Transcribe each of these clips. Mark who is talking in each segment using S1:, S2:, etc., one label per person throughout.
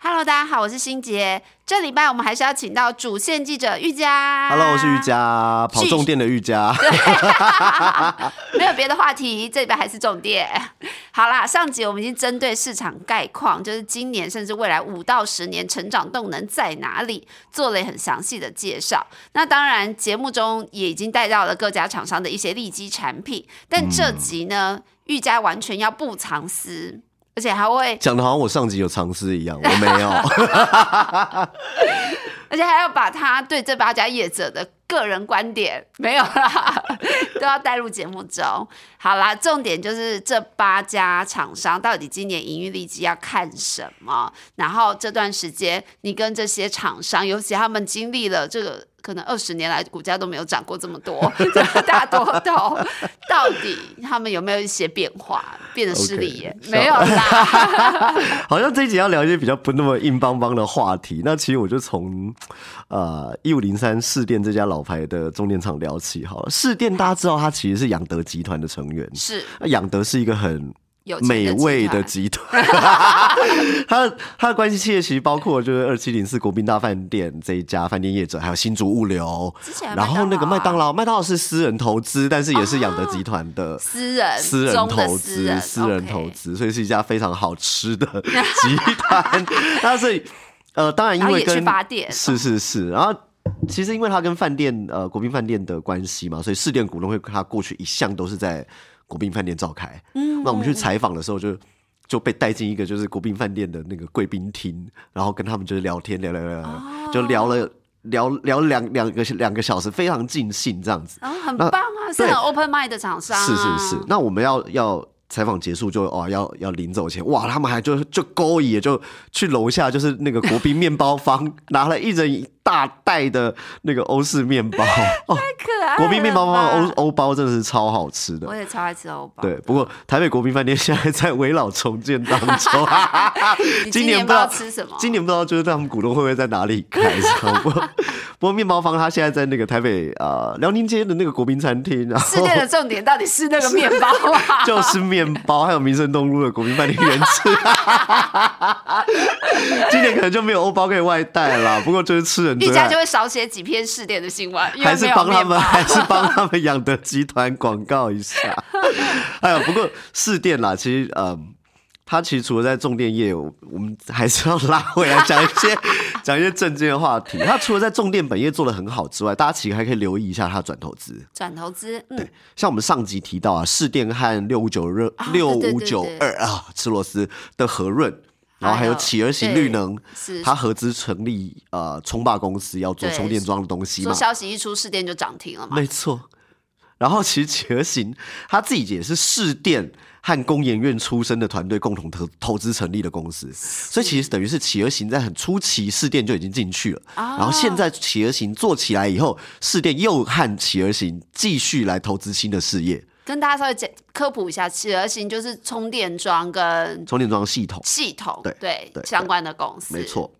S1: Hello，大家好，我是欣杰。这礼拜我们还是要请到主线记者玉佳。
S2: Hello，我是瑜。伽，跑
S1: 是
S2: 重点的瑜伽。
S1: 没有别的话题，这礼拜还是重点。 好啦，上集我们已经针对市场概况，就是今年甚至未来五到十年成长动能在哪里，做了很详细的介绍。那当然，节目中也已经带到了各家厂商的一些利基产品，但这集呢，玉佳完全要不藏私，而且还会，
S2: 讲的好像我上集有尝试一样，我没 有。
S1: 而且还要把他对这八家业者的个人观点没有啦， 都要带入节目中。好啦，重点就是这八家厂商到底今年营运利基要看什么？然后这段时间你跟这些厂商，尤其他们经历了这个可能二十年来股价都没有涨过这么多，这个大多头，到底他们有没有一些变化，变得势利眼
S2: OK，
S1: 没有啦。
S2: 好像这一集要聊一些比较不那么硬邦邦的话题。那其实我就从呃一五零三市电这家老牌的中电厂聊起好了。市电大家知道，它其实是养德集团的成员。
S1: 是
S2: 那养德是一个很
S1: 有钱
S2: 美味
S1: 的
S2: 的
S1: 集
S2: 集团， 它它的关系企业其实包括就是二七零四国宾大饭店这一家饭店业者，还有新竹物流，
S1: 之前还有
S2: 然后那个
S1: 麦当
S2: 麦
S1: 啊
S2: 当劳，麦当劳是私人投资，但是也是养德集团的
S1: 团私人
S2: 私人
S1: 中的
S2: 投
S1: 私
S2: 资，
S1: 人
S2: 私人
S1: OK
S2: 投资，所以是一家非常好吃的 集团。那所以呃，当然因
S1: 然后
S2: 为
S1: 也去
S2: 跟
S1: 发电，
S2: 是是是，然后。其实因为它跟饭店呃国宾饭店的关系嘛，所以市电股东会它过去一向都是在国宾饭店召开。嗯，那我们去采访的时候就就被带进一个就是国宾饭店的那个贵宾厅，然后跟他们就是聊天聊聊聊聊，就聊了聊聊两两个两个小时，非常尽兴这样子。
S1: 然后很
S2: 那
S1: 棒啊，是
S2: 对
S1: 很 open mind 的厂商、啊，
S2: 是是是，那我们要要采访结束就哦，要要临走前，哇，他们还就就勾引，就去楼下就是那个国宾面包坊拿了一人一大袋的那个欧式 面包，哦，
S1: 可爱了吧。
S2: 国宾面包坊欧欧包真的是超好吃
S1: 我
S2: 的。
S1: 也超爱吃欧包。
S2: 对，不过台北国宾饭店现在在围绕重建当中，
S1: 你
S2: 今
S1: 年
S2: 年
S1: 不知
S2: 不知
S1: 道
S2: 道
S1: 吃什么？
S2: 今年不知道就是他们股东会不会在哪里开， 知道吗不过不过面包坊他现在在那个台北呃辽宁街的那个国宾餐厅，然后
S1: 世界的重点到底是那个面包 啊？
S2: 就是面包，还有民生东路的国民饭店原吃。今年可能就没有欧包可以外带啦，不过就是吃人
S1: 一
S2: 最
S1: 家
S2: 爱
S1: 就。会少写几篇试点的新闻，因为
S2: 啊还是
S1: 没有
S2: 帮他
S1: 面
S2: 们，
S1: 包
S2: 还是帮他们养德集团广告一下。哎呀，不过市电啦，其实嗯，它其实除了在重电业，我我们还是要拉回来讲一些讲一些正经的话题。它除了在重电本业做的很好之外，大家其实还可以留意一下它的转投资。
S1: 转投资，嗯，
S2: 像我们上集提到啊，市电和六五九热
S1: 啊
S2: 六
S1: 对对
S2: 五
S1: 对
S2: 九
S1: 对
S2: 二啊，吃螺丝的和润，然后还
S1: 还有
S2: 有企鹅型绿能，
S1: 是
S2: 它合资成立呃冲霸公司，要做
S1: 对
S2: 充电桩的东西
S1: 说
S2: 嘛，
S1: 消息一出，市电就涨停了嘛？
S2: 没错。然后其实企鹅型他自己也是市电和工研院出身的团队共同投投资成立的公司，所以其实等于是企鹅型在很初期市电就已经进去了，
S1: 啊
S2: 然后现在企鹅型做起来以后，市电又和企鹅型继续来投资新的事业。
S1: 跟大家稍微简科普一下，企鹅型就是充电桩跟
S2: 充电桩系统，
S1: 系统
S2: 对
S1: 对
S2: 对
S1: 相关的公司，
S2: 没错。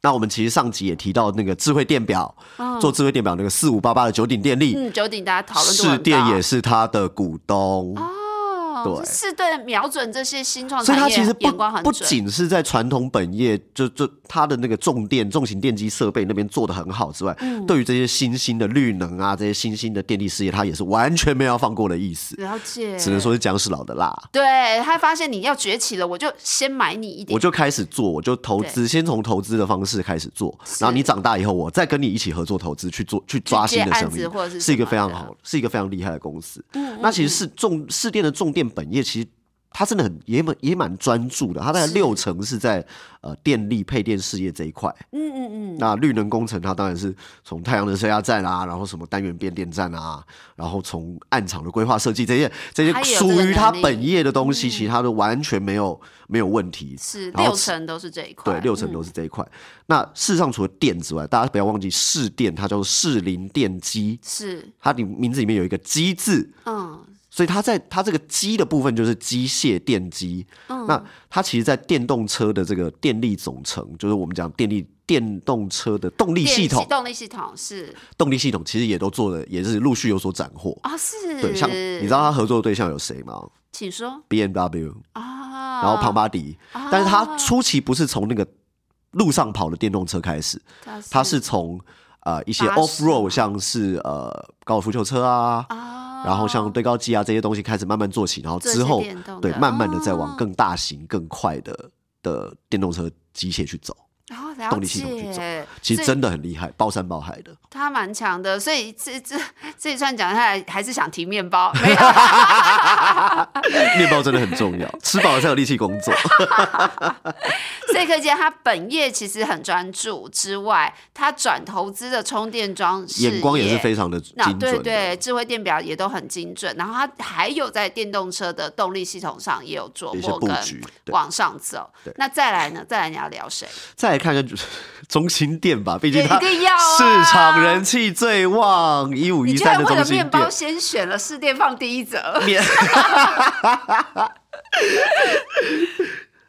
S2: 那我们其实上集也提到那个智慧电表，做智慧电表那个四五八八的九鼎电力，
S1: 嗯，九鼎大家讨论度很
S2: 市电
S1: 高
S2: 也是它的股东，
S1: 哦，
S2: 对
S1: 是对瞄准这些新创
S2: 所
S1: 产
S2: 以
S1: 业，
S2: 它其实不
S1: 眼光很
S2: 不
S1: 准，
S2: 仅是在传统本业，就就它的那个重电、重型电机设备那边做的很好之外，
S1: 嗯
S2: 对于这些新兴的绿能啊、这些新兴的电力事业，它也是完全没有要放过的意思，
S1: 了解，
S2: 只能说是姜是老的辣。
S1: 对他发现你要崛起了，我就先买你一点，
S2: 我就开始做，我就投资，先从投资的方式开始做，然后你长大以后，我再跟你一起合作投资去做，去抓新的生
S1: 去接案
S2: 意
S1: 子或者是，
S2: 是一个
S1: 什么
S2: 非常
S1: 的嗯
S2: 好，是一个非常厉害的公司。那其实是重市电的重电本业，其实它真的很也蛮也蛮专注的，它大概
S1: 是
S2: 六成是在呃电力配电事业这一块。
S1: 嗯嗯嗯，
S2: 那绿能工程它当然是从太阳能升压站啊，然后什么单元变电站啊，然后从暗场的规划设计这些这些
S1: 它也有
S2: 属
S1: 这个
S2: 于它
S1: 能力嗯
S2: 本业的东西，其实它都完全没有没有问题。
S1: 是
S2: 然后
S1: 六成都是这一块，
S2: 对，六成
S1: 嗯
S2: 都是这一块。那事实上，除了电之外，大家不要忘记市电，它叫做市林电机，
S1: 是，
S2: 它的名字里面有一个“机”字，
S1: 嗯，
S2: 所以它在它这个机的部分就是机械电机，
S1: 嗯
S2: 那它其实，在电动车的这个电力总成，就是我们讲电力电动车的动力
S1: 电
S2: 系统，
S1: 动力系统是
S2: 动力系统其实也都做的也是陆续有所斩获。
S1: 啊、是，
S2: 对，像你知道他合作的对象有谁吗
S1: 请说
S2: ？B M W，
S1: 啊，
S2: 然后庞巴迪，但是他初期不是从那个路上跑的电动车开始，
S1: 它
S2: 他是从呃一些
S1: 巴士
S2: off road，像是呃高尔夫球车啊，
S1: 啊，
S2: 然后像堆高机啊这些东西开始慢慢做起，然后
S1: 做一
S2: 之
S1: 些
S2: 后
S1: 电动的
S2: 对慢慢的再往
S1: 哦
S2: 更大型、更快的的电动车机械去走，
S1: 然后啊了
S2: 动力系统去走
S1: 解
S2: 其
S1: 所
S2: 实
S1: 以
S2: 真的很厉害，包山包海的。
S1: 他蛮强的，所以这这这一串讲下来，还是想提面包。没有，
S2: 面包真的很重要，吃饱了才有力气工 作。
S1: 所以可见他本业其实很专注之外，他转投资的充电桩事业
S2: 眼光也是非常的精
S1: 那
S2: 准的
S1: 对对，智慧电表也都很精准。然后他还有在电动车的动力系统上也有琢
S2: 一些
S1: 磨
S2: 布
S1: 跟
S2: 局。对，
S1: 往上走。那再来呢？再来你要聊谁？
S2: 再来看看中心店吧，毕
S1: 也
S2: 竟
S1: 一
S2: 它
S1: 定要啊
S2: 市场人气最旺，一五
S1: 你
S2: 一
S1: 居
S2: 三
S1: 然
S2: 的
S1: 为
S2: 中
S1: 了
S2: 心
S1: 面包
S2: 店。
S1: 先选了试电放第一则，
S2: 面，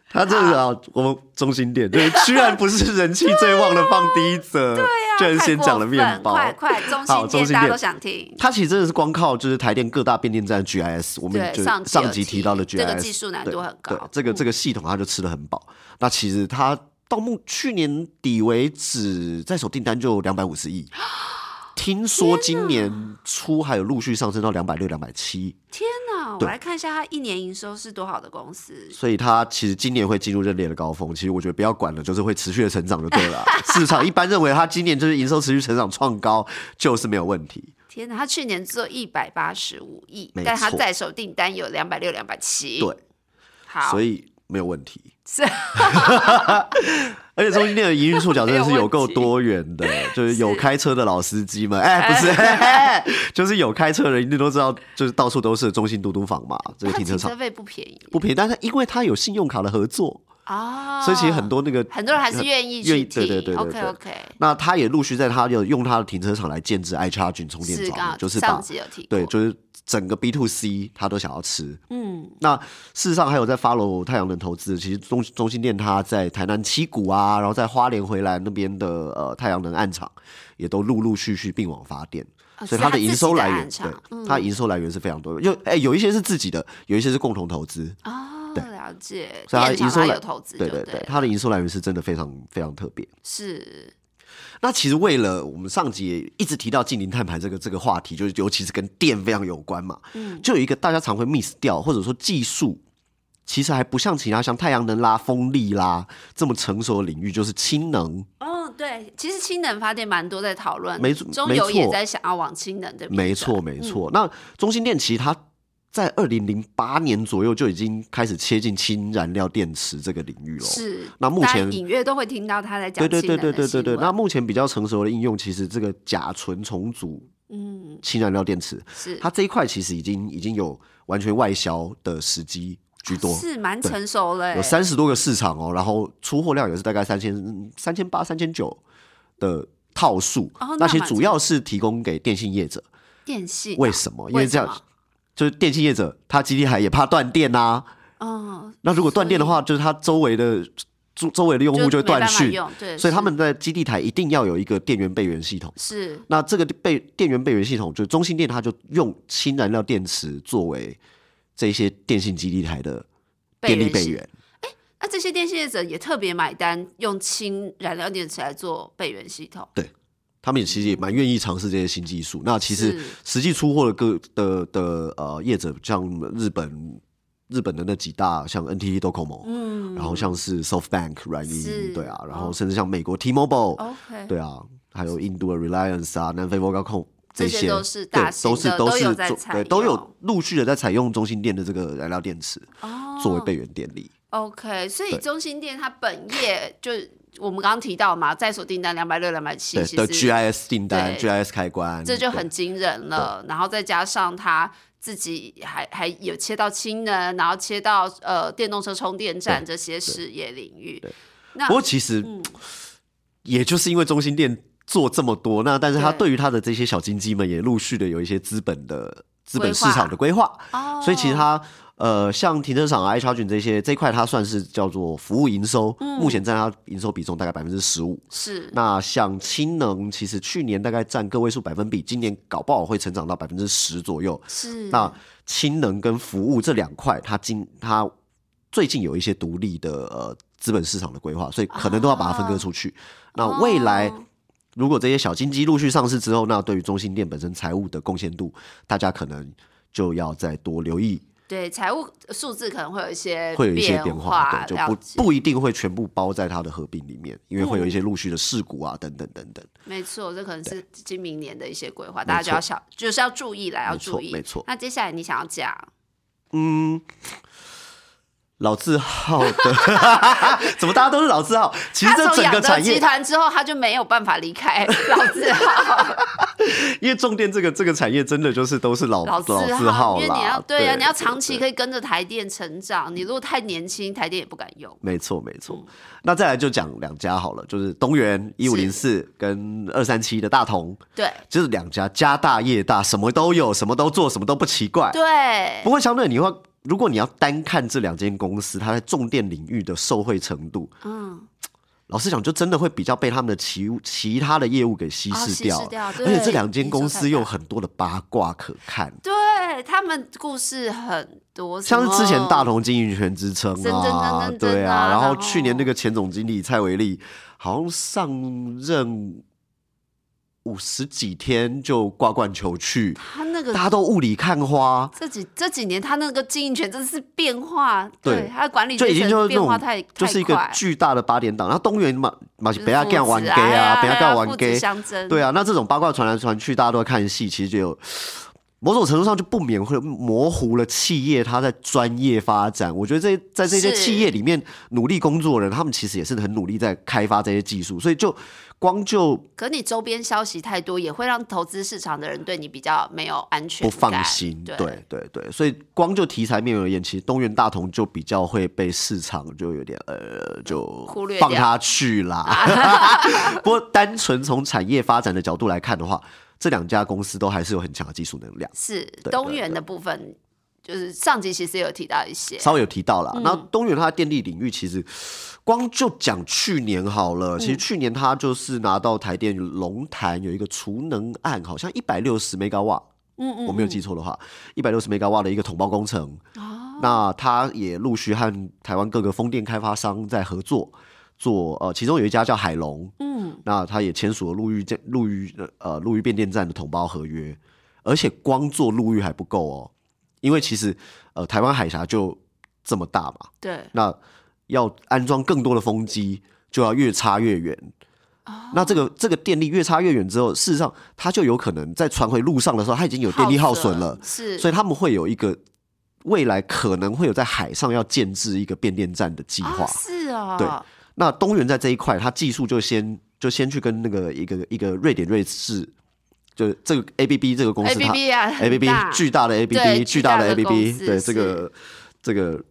S2: 他这个啊，我们中心店对，居然不是人气最旺的放第一 则，对呀居然
S1: 啊太
S2: 先
S1: 啊过
S2: 讲了面
S1: 分
S2: 包。
S1: 快快，中
S2: 好
S1: 心
S2: 中
S1: 店
S2: 心
S1: 大家
S2: 店
S1: 都想听。
S2: 它其实真的是光靠就是台电各大变电站的 GIS，我们
S1: 对
S2: 就
S1: 上集有
S2: 上集
S1: 提
S2: 提到的 GIS，
S1: 这个技术难度很高
S2: 对对这个这个系统它就吃的很饱。那其实它到目去年底为止，在手订单就两百五十亿，听说今年初还有陆续上升到两百六、两百七，
S1: 天哪！我
S2: 对
S1: 来看一下它一年营收是多少的公司。
S2: 所以它其实今年会进入认列的高峰。其实我觉得不要管了，就是会持续的成长就对了。啊市场一般认为它今年就是营收持续成长创高，就是没有问题。
S1: 天哪，它去年做一百八十五亿，
S2: 没
S1: 但它
S2: 错
S1: 在手订单有两百六、两百七。
S2: 对，
S1: 好，
S2: 所以没有问题。
S1: 是
S2: 而且中心店的营运触角真的是有够多元的，就是有开车的老司机们，哎、不是， 就是有开车的人一定都知道，就是到处都是中心嘟嘟房嘛，这个
S1: 它
S2: 停车
S1: 停车
S2: 场
S1: 费不便宜
S2: 不便宜，但是因为它有信用卡的合作，
S1: 啊，
S2: 所以其实很多那个
S1: 很多人还是愿意
S2: 愿
S1: 去
S2: 意
S1: 停。
S2: 对对对对
S1: OK
S2: 对
S1: OK，
S2: 那他也陆续在他有用他的停车场来建制 i c h a r g 充电
S1: 是刚
S2: 桩，
S1: 好
S2: 就是
S1: 上
S2: 把
S1: 集有提过。
S2: 对，就是整个 B to C 他都想要吃，
S1: 嗯，
S2: 那事实上还有在 follow 太阳能投资，其实中中心店它在台南七股啊，然后在花莲回来那边的呃太阳能暗场，也都陆陆续续并网发电，
S1: 哦是
S2: 所以
S1: 它
S2: 的营收来源，
S1: 自己的暗场嗯
S2: 对，它的营收来源是非常多的，就哎、有一些是自己的，有一些是共同投资，
S1: 哦，
S2: 对
S1: 了解。
S2: 所以它的
S1: 电厂
S2: 营收来
S1: 有投资，
S2: 对
S1: 对
S2: 对对，它的营收来源是真的非常非常特别。
S1: 是
S2: 那其实为了我们上集也一直提到近零碳排这个这个话题，就是尤其是跟电非常有关嘛，嗯，就有一个大家常会 miss 掉，或者说技术其实还不像其他像太阳能啦、风力啦这么成熟的领域，就是氢能，
S1: 哦，对，其实氢能发电蛮多在讨论，
S2: 没错
S1: 中
S2: 没
S1: 油也
S2: 错
S1: 在想要往氢能这边，
S2: 没错，没
S1: 嗯
S2: 错。那中心电其实它在二零零八年左右就已经开始切进氢燃料电池这个领域了，
S1: 是，
S2: 那目
S1: 大家
S2: 前
S1: 隐约都会听到他在讲
S2: 对对
S1: 氢能
S2: 对
S1: 的
S2: 对对对对。
S1: 新闻
S2: 那目前比较成熟的应用，其实这个甲醇重组
S1: 嗯
S2: 氢燃料电池，
S1: 是
S2: 它这一块其实已经已经有完全外销的时机居多，
S1: 是蛮
S2: 对
S1: 成熟了欸，
S2: 有三十多个市场哦，然后出货量也是大概三千三千八、三千九的套数。
S1: 哦那
S2: 那其实
S1: 蛮
S2: 主要是提供给电信业者，
S1: 电信啊
S2: 为什么？因
S1: 为
S2: 为这
S1: 什么
S2: 样就是电信业者他基地台也怕断电呐、
S1: 嗯，
S2: 那如果断电的话，就是他周围的周周围的用户就会
S1: 没办
S2: 断
S1: 法
S2: 讯，
S1: 用对，
S2: 所以他
S1: 是
S2: 们在基地台一定要有一个电源备源系统。
S1: 是
S2: 那这个备电源备源系统，就中心电它就用氢燃料电池作为这些电信基地台的电力备
S1: 系
S2: 源。
S1: 那这些电信业者也特别买单，用氢燃料电池来做备源系统。
S2: 他们也其实也蛮愿意尝试这些新技术。那其实
S1: 是
S2: 实际出货的各的的呃业者，像日本日本的那几大，像 NTT DoCoMo，、
S1: 嗯
S2: 然后像是 SoftBank 软
S1: 是
S2: 银，对啊，然
S1: 哦
S2: 后甚至像美国 T-Mobile，、
S1: OK，
S2: 对啊，还有印度的 Reliance 啊，南非 Vodacom
S1: 这些
S2: 些
S1: 都是
S2: 对
S1: 大型
S2: 都是
S1: 的
S2: 都
S1: 都
S2: 是
S1: 有在
S2: 做
S1: 采
S2: 对都
S1: 用
S2: 有陆续的在采用中心电的这个燃料电池
S1: 哦
S2: 作为备源电力。
S1: OK，所以
S2: 对
S1: 中心店它本业就我们刚刚提到嘛，在所订单两百六、两百七，
S2: 对
S1: 其
S2: 的
S1: 实
S2: GIS 订单、
S1: 对
S2: GIS 开关，
S1: 这就
S2: 对
S1: 很惊人了。然后再加上它自己还还有切到氢能，然后切到呃电动车充电站这些事业领域。那
S2: 不过其实、
S1: 嗯
S2: 也就是因为中心店做这么多，那但是他
S1: 对
S2: 对于他的这些小经济们也陆续的有一些资本的资本市场的规划。
S1: 哦
S2: 所以其实它呃，像停车场啊、爱超群这些这一块，它算是叫做服务营收，
S1: 嗯
S2: 目前占它营收比重大概百分之十五。
S1: 是
S2: 那像氢能，其实去年大概占个位数百分比，今年搞不好会成长到百分之十左右。
S1: 是
S2: 那氢能跟服务这两块，它今它最近有一些独立的呃资本市场的规划，所以可能都要把它分割出去。那未来
S1: 啊哦
S2: 如果这些小金鸡陆续上市之后，那对于中心店本身财务的贡献度，大家可能就要再多留意，
S1: 对财务数字可能会有一些
S2: 会有一些
S1: 呃变
S2: 变化，对，就
S1: 了
S2: 不
S1: 解嗯
S2: 不一定会全部包在它的合并里面，因为会有一些陆续的事故啊，等等等等。
S1: 没错，这可能是今明年的一些规划，大家就要小，就是要注意啦，要
S2: 没错
S1: 注意。
S2: 没错
S1: 那接下来你想要讲，
S2: 嗯，老字号的， 怎么大家都是老字号？其实
S1: 他
S2: 这
S1: 从
S2: 整
S1: 养
S2: 个
S1: 德
S2: 产业
S1: 集，团之后，他就没有办法离开老字 号，
S2: 因为重电这个这个产业真的就是都是哦老
S1: 老
S2: 字
S1: 字
S2: 号
S1: 因为你要
S2: 啦。
S1: 对啊，你要长期可以跟着台电成长，你如果太年轻，台电也不敢用。
S2: 没错，没错。
S1: 嗯
S2: 那再来就讲两家好了，就是东元一五零四跟二三七的大同，
S1: 对
S2: 就是两家家大业大，什么都有，什么都做，什么都不奇怪。
S1: 对
S2: 不，过相对你要，如果你要单看这两间公司，它在重电领域的受惠程度，
S1: 嗯，
S2: 老实讲，就真的会比较被他们的其其他的业务给稀
S1: 哦
S2: 释
S1: 稀
S2: 掉
S1: 释
S2: 了，
S1: 掉
S2: 而
S1: 对
S2: 且这两间
S1: 你
S2: 公
S1: 说太
S2: 司又
S1: 大
S2: 很多的八卦可看。
S1: 对他们故事很多，
S2: 像是之前大
S1: 同
S2: 同经营权之称
S1: 真真真
S2: 啊，
S1: 真真
S2: 对
S1: 啊
S2: 啊，然
S1: 然
S2: 后
S1: 后
S2: 去年那个前总经理蔡维利好像上任五十几天就挂冠求去，
S1: 他那个
S2: 大家都雾里看花，
S1: 这几这几年他那个经营权真的是变化，
S2: 对
S1: 他的管理
S2: 就已经
S1: 阶层
S2: 就是那
S1: 变化
S2: 种
S1: 太
S2: 就是一
S1: 太
S2: 个
S1: 快
S2: 巨大的八点档。然后东元嘛嘛是
S1: 就是
S2: 不要
S1: 父
S2: 干
S1: 子
S2: 玩 gay
S1: 哎呀
S2: 啊，不要
S1: 哎呀
S2: 干玩
S1: 父子
S2: gay，
S1: 相争，
S2: 对啊，那这种八卦传来传去，大家都在看戏，其实就有某种程度上就不免会模糊了企业它在专业发展。我觉得这在这些
S1: 是
S2: 企业里面努力工作的人，他们其实也是很努力在开发这些技术，所以就光就
S1: 可你周边消息太多，也会让投资市场的人对你比较没有安全
S2: 不
S1: 感，
S2: 放心。
S1: 对，
S2: 对对对，所以光就题材面而言，其实东元大同就比较会被市场就有点呃就
S1: 忽略
S2: 放
S1: 掉
S2: 它 去啦。不过单纯从产业发展的角度来看的话，这两家公司都还是有很强的技术能量。
S1: 是
S2: 对
S1: 东
S2: 对
S1: 元
S2: 对
S1: 的部分，就是上集其实也有提到一些，
S2: 稍微有提到
S1: 嗯
S2: 啦。那东元它的电力领域其实光就讲去年好了，
S1: 嗯
S2: 其实去年它就是拿到台电龙潭有一个储能案，好像一百六十 mega 瓦，
S1: 嗯嗯，哦
S2: 我没有记错的话，一百六十 mega 瓦的一个统包工程。那它也陆续和台湾各个风电开发商在合作。做呃，其中有一家叫海龙，嗯，那它也签署了陆域电陆域呃陆域变电站的统包合约，而且光做陆域还不够哦，因为其实呃台湾海峡就这么大嘛，
S1: 对，
S2: 那要安装更多的风机，就要越插越远。
S1: 哦
S2: 那这个这个电力越插越远之后，事实上它就有可能在传回路上的时候，它已经有电力耗损了，
S1: 是，
S2: 所
S1: 以
S2: 以他们会有一个未来可能会有在海上要建制一个变电站的计划。
S1: 啊是哦，
S2: 对那东元在这一块，它技术就先就先去跟那个一个一个瑞典瑞士，就是这个 A B B 这个公司
S1: A
S2: 它，
S1: B B 啊
S2: A B
S1: 很
S2: B
S1: 大
S2: 巨大的 A B
S1: 对
S2: B
S1: 巨
S2: 巨
S1: 大
S2: 大
S1: 的
S2: 的 A B
S1: 公
S2: B，
S1: 司
S2: 对
S1: 是
S2: 这个这个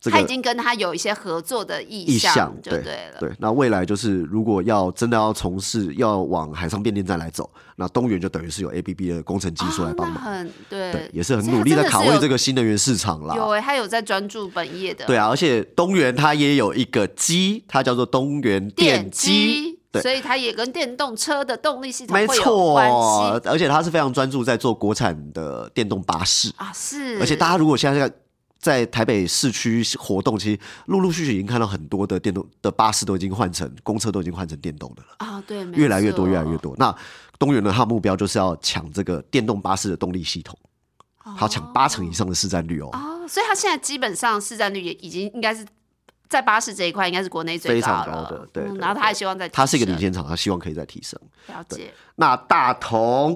S2: 这
S1: 他已
S2: 个
S1: 经跟他有一些合作的意
S2: 意向，
S1: 就
S2: 对
S1: 对了，
S2: 对。那未来就是如果要真的要从事要往海上变电站来走，那东元就等于是有 A B B 的工程技术来帮
S1: 哦那
S2: 忙，
S1: 很
S2: 对
S1: 对，，
S2: 也是很
S1: 所以
S2: 努
S1: 他
S2: 力
S1: 真
S2: 在
S1: 的
S2: 卡
S1: 是
S2: 位
S1: 有
S2: 这个新能源市场啦。
S1: 有哎、他有在专注本业的，
S2: 对啊，而且东元它也有一个机，它叫做东元
S1: 电
S2: 机
S1: 机，，
S2: 对。
S1: 所以它也跟电动车的动力系统
S2: 没
S1: 会有关
S2: 错
S1: 系，
S2: 而且它是非常专注在做国产的电动巴士。
S1: 啊，是，
S2: 而且大家如果现在在在台北市区活动，其实陆陆续续已经看到很多的电动的巴士都已经换成公车，都已经换成电动的了，
S1: 啊，对，没
S2: 越来越多，
S1: 错
S2: 越来越多。那东元呢，它的目标就是要抢这个电动巴士的动力系统，它要抢八成以上的市占率哦，
S1: 哦，所以它现在基本上市占率也已经应该是在巴士这一块应该是国内最
S2: 非常
S1: 了，
S2: 高的对
S1: 嗯
S2: 对
S1: 然后它
S2: 对
S1: 还希望在
S2: 它是一个领先厂，它希望可以再提升。
S1: 了解，
S2: 那大同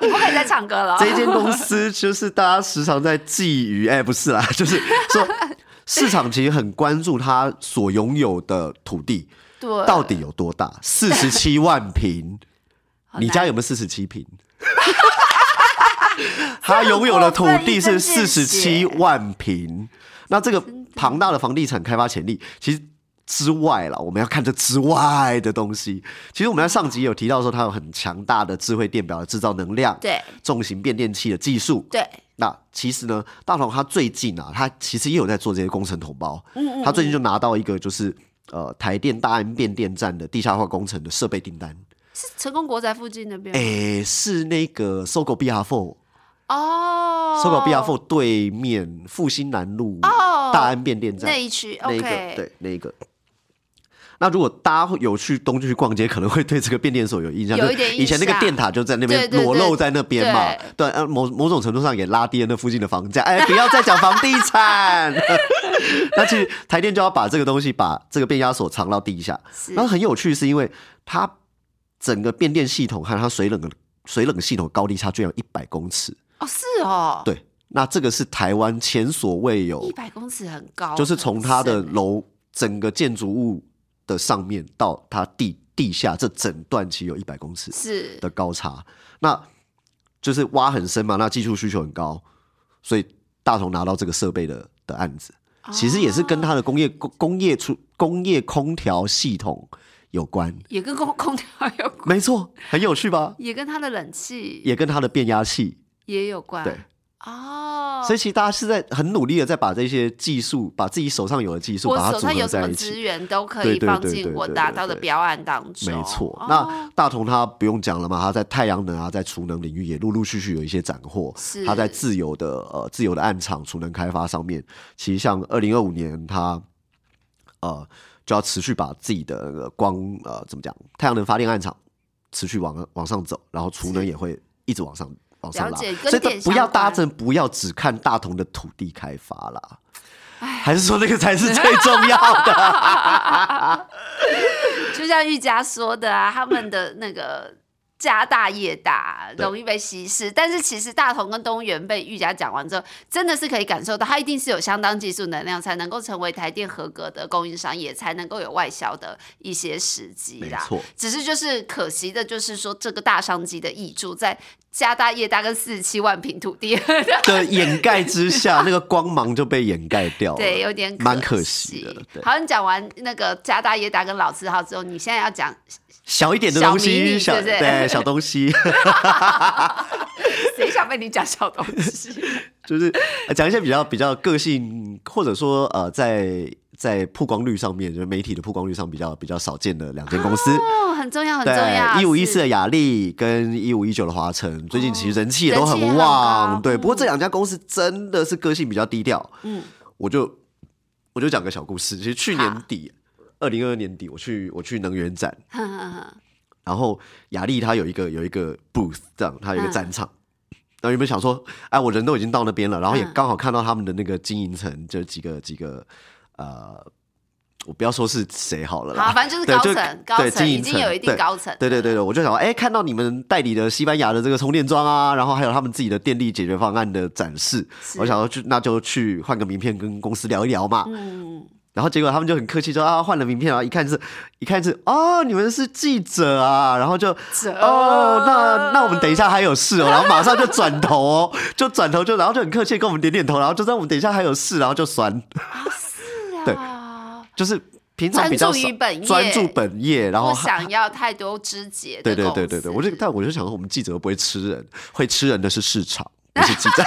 S1: 你不可以再唱歌了，
S2: 这间公司，就是大家时常在觊觎，哎，不是啦，就是说市场其实很关注它所拥有的土地。
S1: 对，
S2: 到底有多 大？四十七万平，
S1: 好
S2: 你
S1: 难
S2: 家有没有四十七 平？他拥有的土地是四十七万平，那这个庞大的房地产开发潜力，其实之外了，我们要看这之外的东西。其实我们在上集有提到说，它有很强大的智慧电表的制造能量，
S1: 对
S2: 重型变电器的技术，
S1: 对，
S2: 那其实呢，大同他最近啊，他其实也有在做这些工程同胞。嗯他最近就拿到一个就是呃台电大安变电站的地下化工程的设备订单，
S1: 是成功国宅附近那边吗
S2: 诶、是那个搜狗 BR4，
S1: 哦，
S2: 哎搜狗 BR4 对面复兴南路
S1: 哦
S2: 大安变电站、
S1: 那一区
S2: 那一个
S1: ，OK，，
S2: 对那一个。那如果大家会有去东区逛街，可能会对这个变电所有印象，
S1: 有
S2: 就
S1: 一点
S2: 以前那个
S1: 印象
S2: 电塔就在那边
S1: 对对对
S2: 裸露在那边嘛，对，呃，某某种程度上也拉低了那附近的房价。哎，不要再讲房地产。 那其实台电就要把这个东西，把这个变压所藏到地下。
S1: 是
S2: 然后很有趣，是因为它整个变电系统和它水冷的水冷系统高低差居然有一百公尺。
S1: 哦，是哦，
S2: 对，那这个是台湾前所未有
S1: 一百公尺很高，
S2: 就是从它的
S1: 很深
S2: 楼整个建筑物的上面到它地地下这整段，其实有一百公尺
S1: 是
S2: 的高差。那就是挖很深嘛，那技术需求很高，所以大同拿到这个设备的的案子，
S1: 哦
S2: 其实也是跟它的工业工工业出工业空调系统有关。
S1: 也跟空空调有关，
S2: 没错，很有趣吧？
S1: 也跟它的冷气
S2: 也跟它的变压器
S1: 也有关，
S2: 对，
S1: 啊哦，
S2: 所以其实大家是在很努力的在把这些技术，把自己手上有的技术，
S1: 我
S2: 把它
S1: 手
S2: 组
S1: 上
S2: 合
S1: 有什
S2: 在
S1: 么
S2: 一起
S1: 资。源都可
S2: 对
S1: 以
S2: 对
S1: 放
S2: 对
S1: 进
S2: 对
S1: 我
S2: 对
S1: 打
S2: 对
S1: 造的
S2: 对
S1: 标案当中，
S2: 没错，
S1: 哦
S2: 那大同它不用讲了嘛，它在太阳能啊，在储能领域也陆陆续续有一些斩获
S1: 是。
S2: 它在自由的呃自由的暗场储能开发上面，其实像二零二五年它呃就要持续把自己的那个光呃怎么讲，太阳能发电暗场持续往往上走，然后储能也会一直往上往上
S1: 了
S2: 拉，
S1: 解
S2: 所
S1: 跟
S2: 以
S1: 电
S2: 不要
S1: 相关
S2: 搭成不要只看大同的土地开发啦。还是说那个才是最重要的？
S1: 就像玉佳说的啊，他们的那个家大业大，
S2: 对
S1: 容易被稀释。但是其实大同跟东元被玉佳讲完之后，真的是可以感受到，它一定是有相当技术能量，才能够成为台电合格的供应商，也才能够有外销的一些时机
S2: 没
S1: 啦。
S2: 错，
S1: 只是就是可惜的，就是说这个大商机的益注在家大业大跟四十七万平土地，
S2: 的掩盖之下，那个光芒就被掩盖掉 了。
S1: 对，有点
S2: 蛮可
S1: 可
S2: 惜的对
S1: 好，你讲完那个家大业大跟老字号之后，你现在要讲
S2: 小一点的东
S1: 小迷
S2: 西，
S1: 你
S2: 小
S1: 对不对
S2: 小东西，
S1: 谁想被你讲小东西？
S2: 就是呃讲一些比较比较个性，或者说呃，在在曝光率上面，就是媒体的曝光率上比较比较少见的两间公司。
S1: 哦，很重要，很重要。
S2: 对，一五一四
S1: 是哦
S2: 的雅力跟一五一九的华晨，最近其实人气也都
S1: 人气也很
S2: 旺。
S1: 高
S2: 对，
S1: 嗯
S2: 不过这两家公司真的是个性比较低调。
S1: 嗯，
S2: 我就我就讲个小故事。其实去
S1: 好
S2: 年底，二零二二年底，我去我去能源 展，
S1: 哼哼哼
S2: 然后雅丽她有一个有一个 booth，这样她有一个
S1: 嗯
S2: 展场。然后原本想说，哎，我人都已经到那边了，然后也
S1: 嗯
S2: 刚好看到他们的那个经营层，就几个几个呃，我不要说是谁好了啦，
S1: 好，反正就是
S2: 对
S1: 高
S2: 就
S1: 层，高
S2: 对
S1: 层
S2: 经
S1: 已
S2: 营
S1: 经有一定
S2: 对
S1: 高层。
S2: 对对对对，我就想说，哎，看到你们代理的西班牙的这个充电桩啊，然后还有他们自己的电力解决方案的展示，
S1: 是
S2: 我想说就那就去换个名片跟公司聊一聊嘛。
S1: 嗯，
S2: 然后结果他们就很客气说啊，换了名片，然后一看是，一看是哦，你们是记者啊，然后就
S1: 者
S2: 哦，那那我们等一下还有事哦，然后马上就转头哦， 就转头就然后就很客气地跟我们点点头，然后就说我们等一下还有事，然后就酸，
S1: 对
S2: 对
S1: 啊，
S2: 就是平常比较
S1: 专注于
S2: 少
S1: 本业
S2: 专注本业，然后
S1: 不想要太多枝节
S2: 对
S1: 的
S2: 对
S1: 公司。
S2: 对对对，我就但我就想说，我们记者又不会吃人，会吃人的是市场，不是记 者。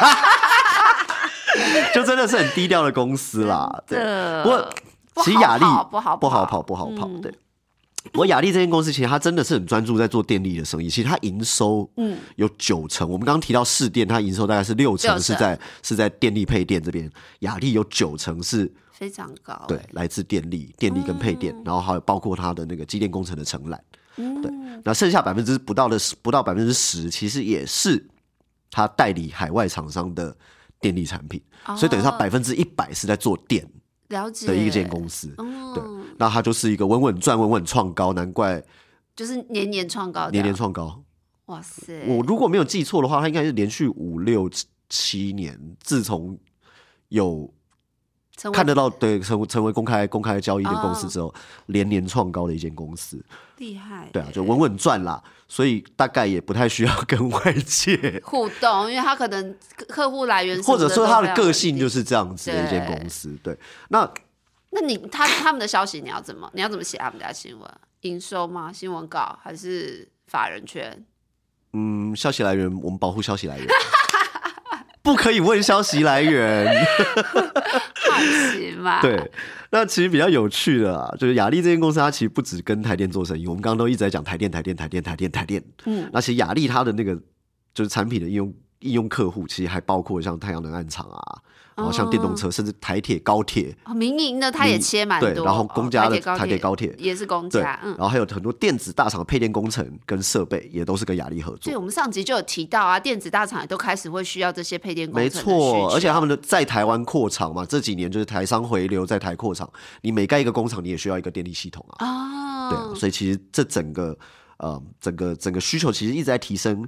S2: 就真的是很低调的公司啦，对。
S1: 的
S2: 不过其实
S1: 不好
S2: 雅力
S1: 跑不好
S2: 不好
S1: 跑嗯
S2: 跑不好跑，对。不过雅力这间公司其实它真的是很专注在做电力的生意，其实它营收
S1: 嗯
S2: 有九成，我们刚刚提到市电，它营收大概是六
S1: 六
S2: 成
S1: 成
S2: 是在是在电力配电这边，雅力有九成是
S1: 非常高。
S2: 对，来自电力、电力跟配电，
S1: 嗯
S2: 然后还有包括它的那个机电工程的承揽，对，那剩下百分之不到的不到百分之十，其实也是它代理海外厂商的电力产品，所以等于它
S1: 哦
S2: 百分之一百是在做电
S1: 了解
S2: 的一间公司，对
S1: 嗯，
S2: 那它就是一个稳稳赚、稳稳创高，难怪
S1: 就是年年创高的，
S2: 年年创
S1: 啊
S2: 高。
S1: 哇塞！
S2: 我如果没有记错的话，它应该是连续五六七年，自从有
S1: 成为
S2: 看得到对成为成为公开公开交易的公
S1: 嗯
S2: 司
S1: 哦
S2: 之后，连年创高的一间公司，
S1: 厉害，
S2: 对啊，就稳稳赚啦，所以大概也不太需要跟外界，
S1: 互动，因为他可能客客户来源什么
S2: 或者说
S1: 都
S2: 他
S1: 非
S2: 的
S1: 常
S2: 个
S1: 稳
S2: 性
S1: 定
S2: 就是这样子的一间公司，对，那。
S1: 那你他他们的消息你要怎么你要怎么写他们家新闻？营收吗？新闻稿还是法人圈？
S2: 嗯，消息来源我们保护消息来源， 不可以问消息来 源。
S1: 好奇嘛？
S2: 对，那其实比较有趣的啊，就是雅力这间公司，它其实不只跟台电做生意，我们刚刚都一直在讲台电、台电、台电、台电、台电。
S1: 嗯，
S2: 那其实雅力它的那个就是产品的应用应用客户，其实还包括像太阳能暗场啊，然后像电动车，甚至台铁、高铁，
S1: 哦，民营的他也切蛮
S2: 对
S1: 多，
S2: 然后
S1: 哦
S2: 公家的
S1: 台
S2: 台铁高铁
S1: 也是公
S2: 对，
S1: 家，嗯
S2: 然。后还有很多电子大厂的配电工程跟设备，也都是跟雅力合
S1: 所以
S2: 作。
S1: 我们上集就有提到啊，电子大厂也都开始会需要这些配电工程
S2: 没
S1: 的需求
S2: 错，而且他们的在台湾扩厂嘛，这几年就是台商回流在台扩厂，你每盖一个工厂，你也需要一个电力系统啊。对啊
S1: 哦，，
S2: 所以其实这整个呃整个整个需求其实一直在提升。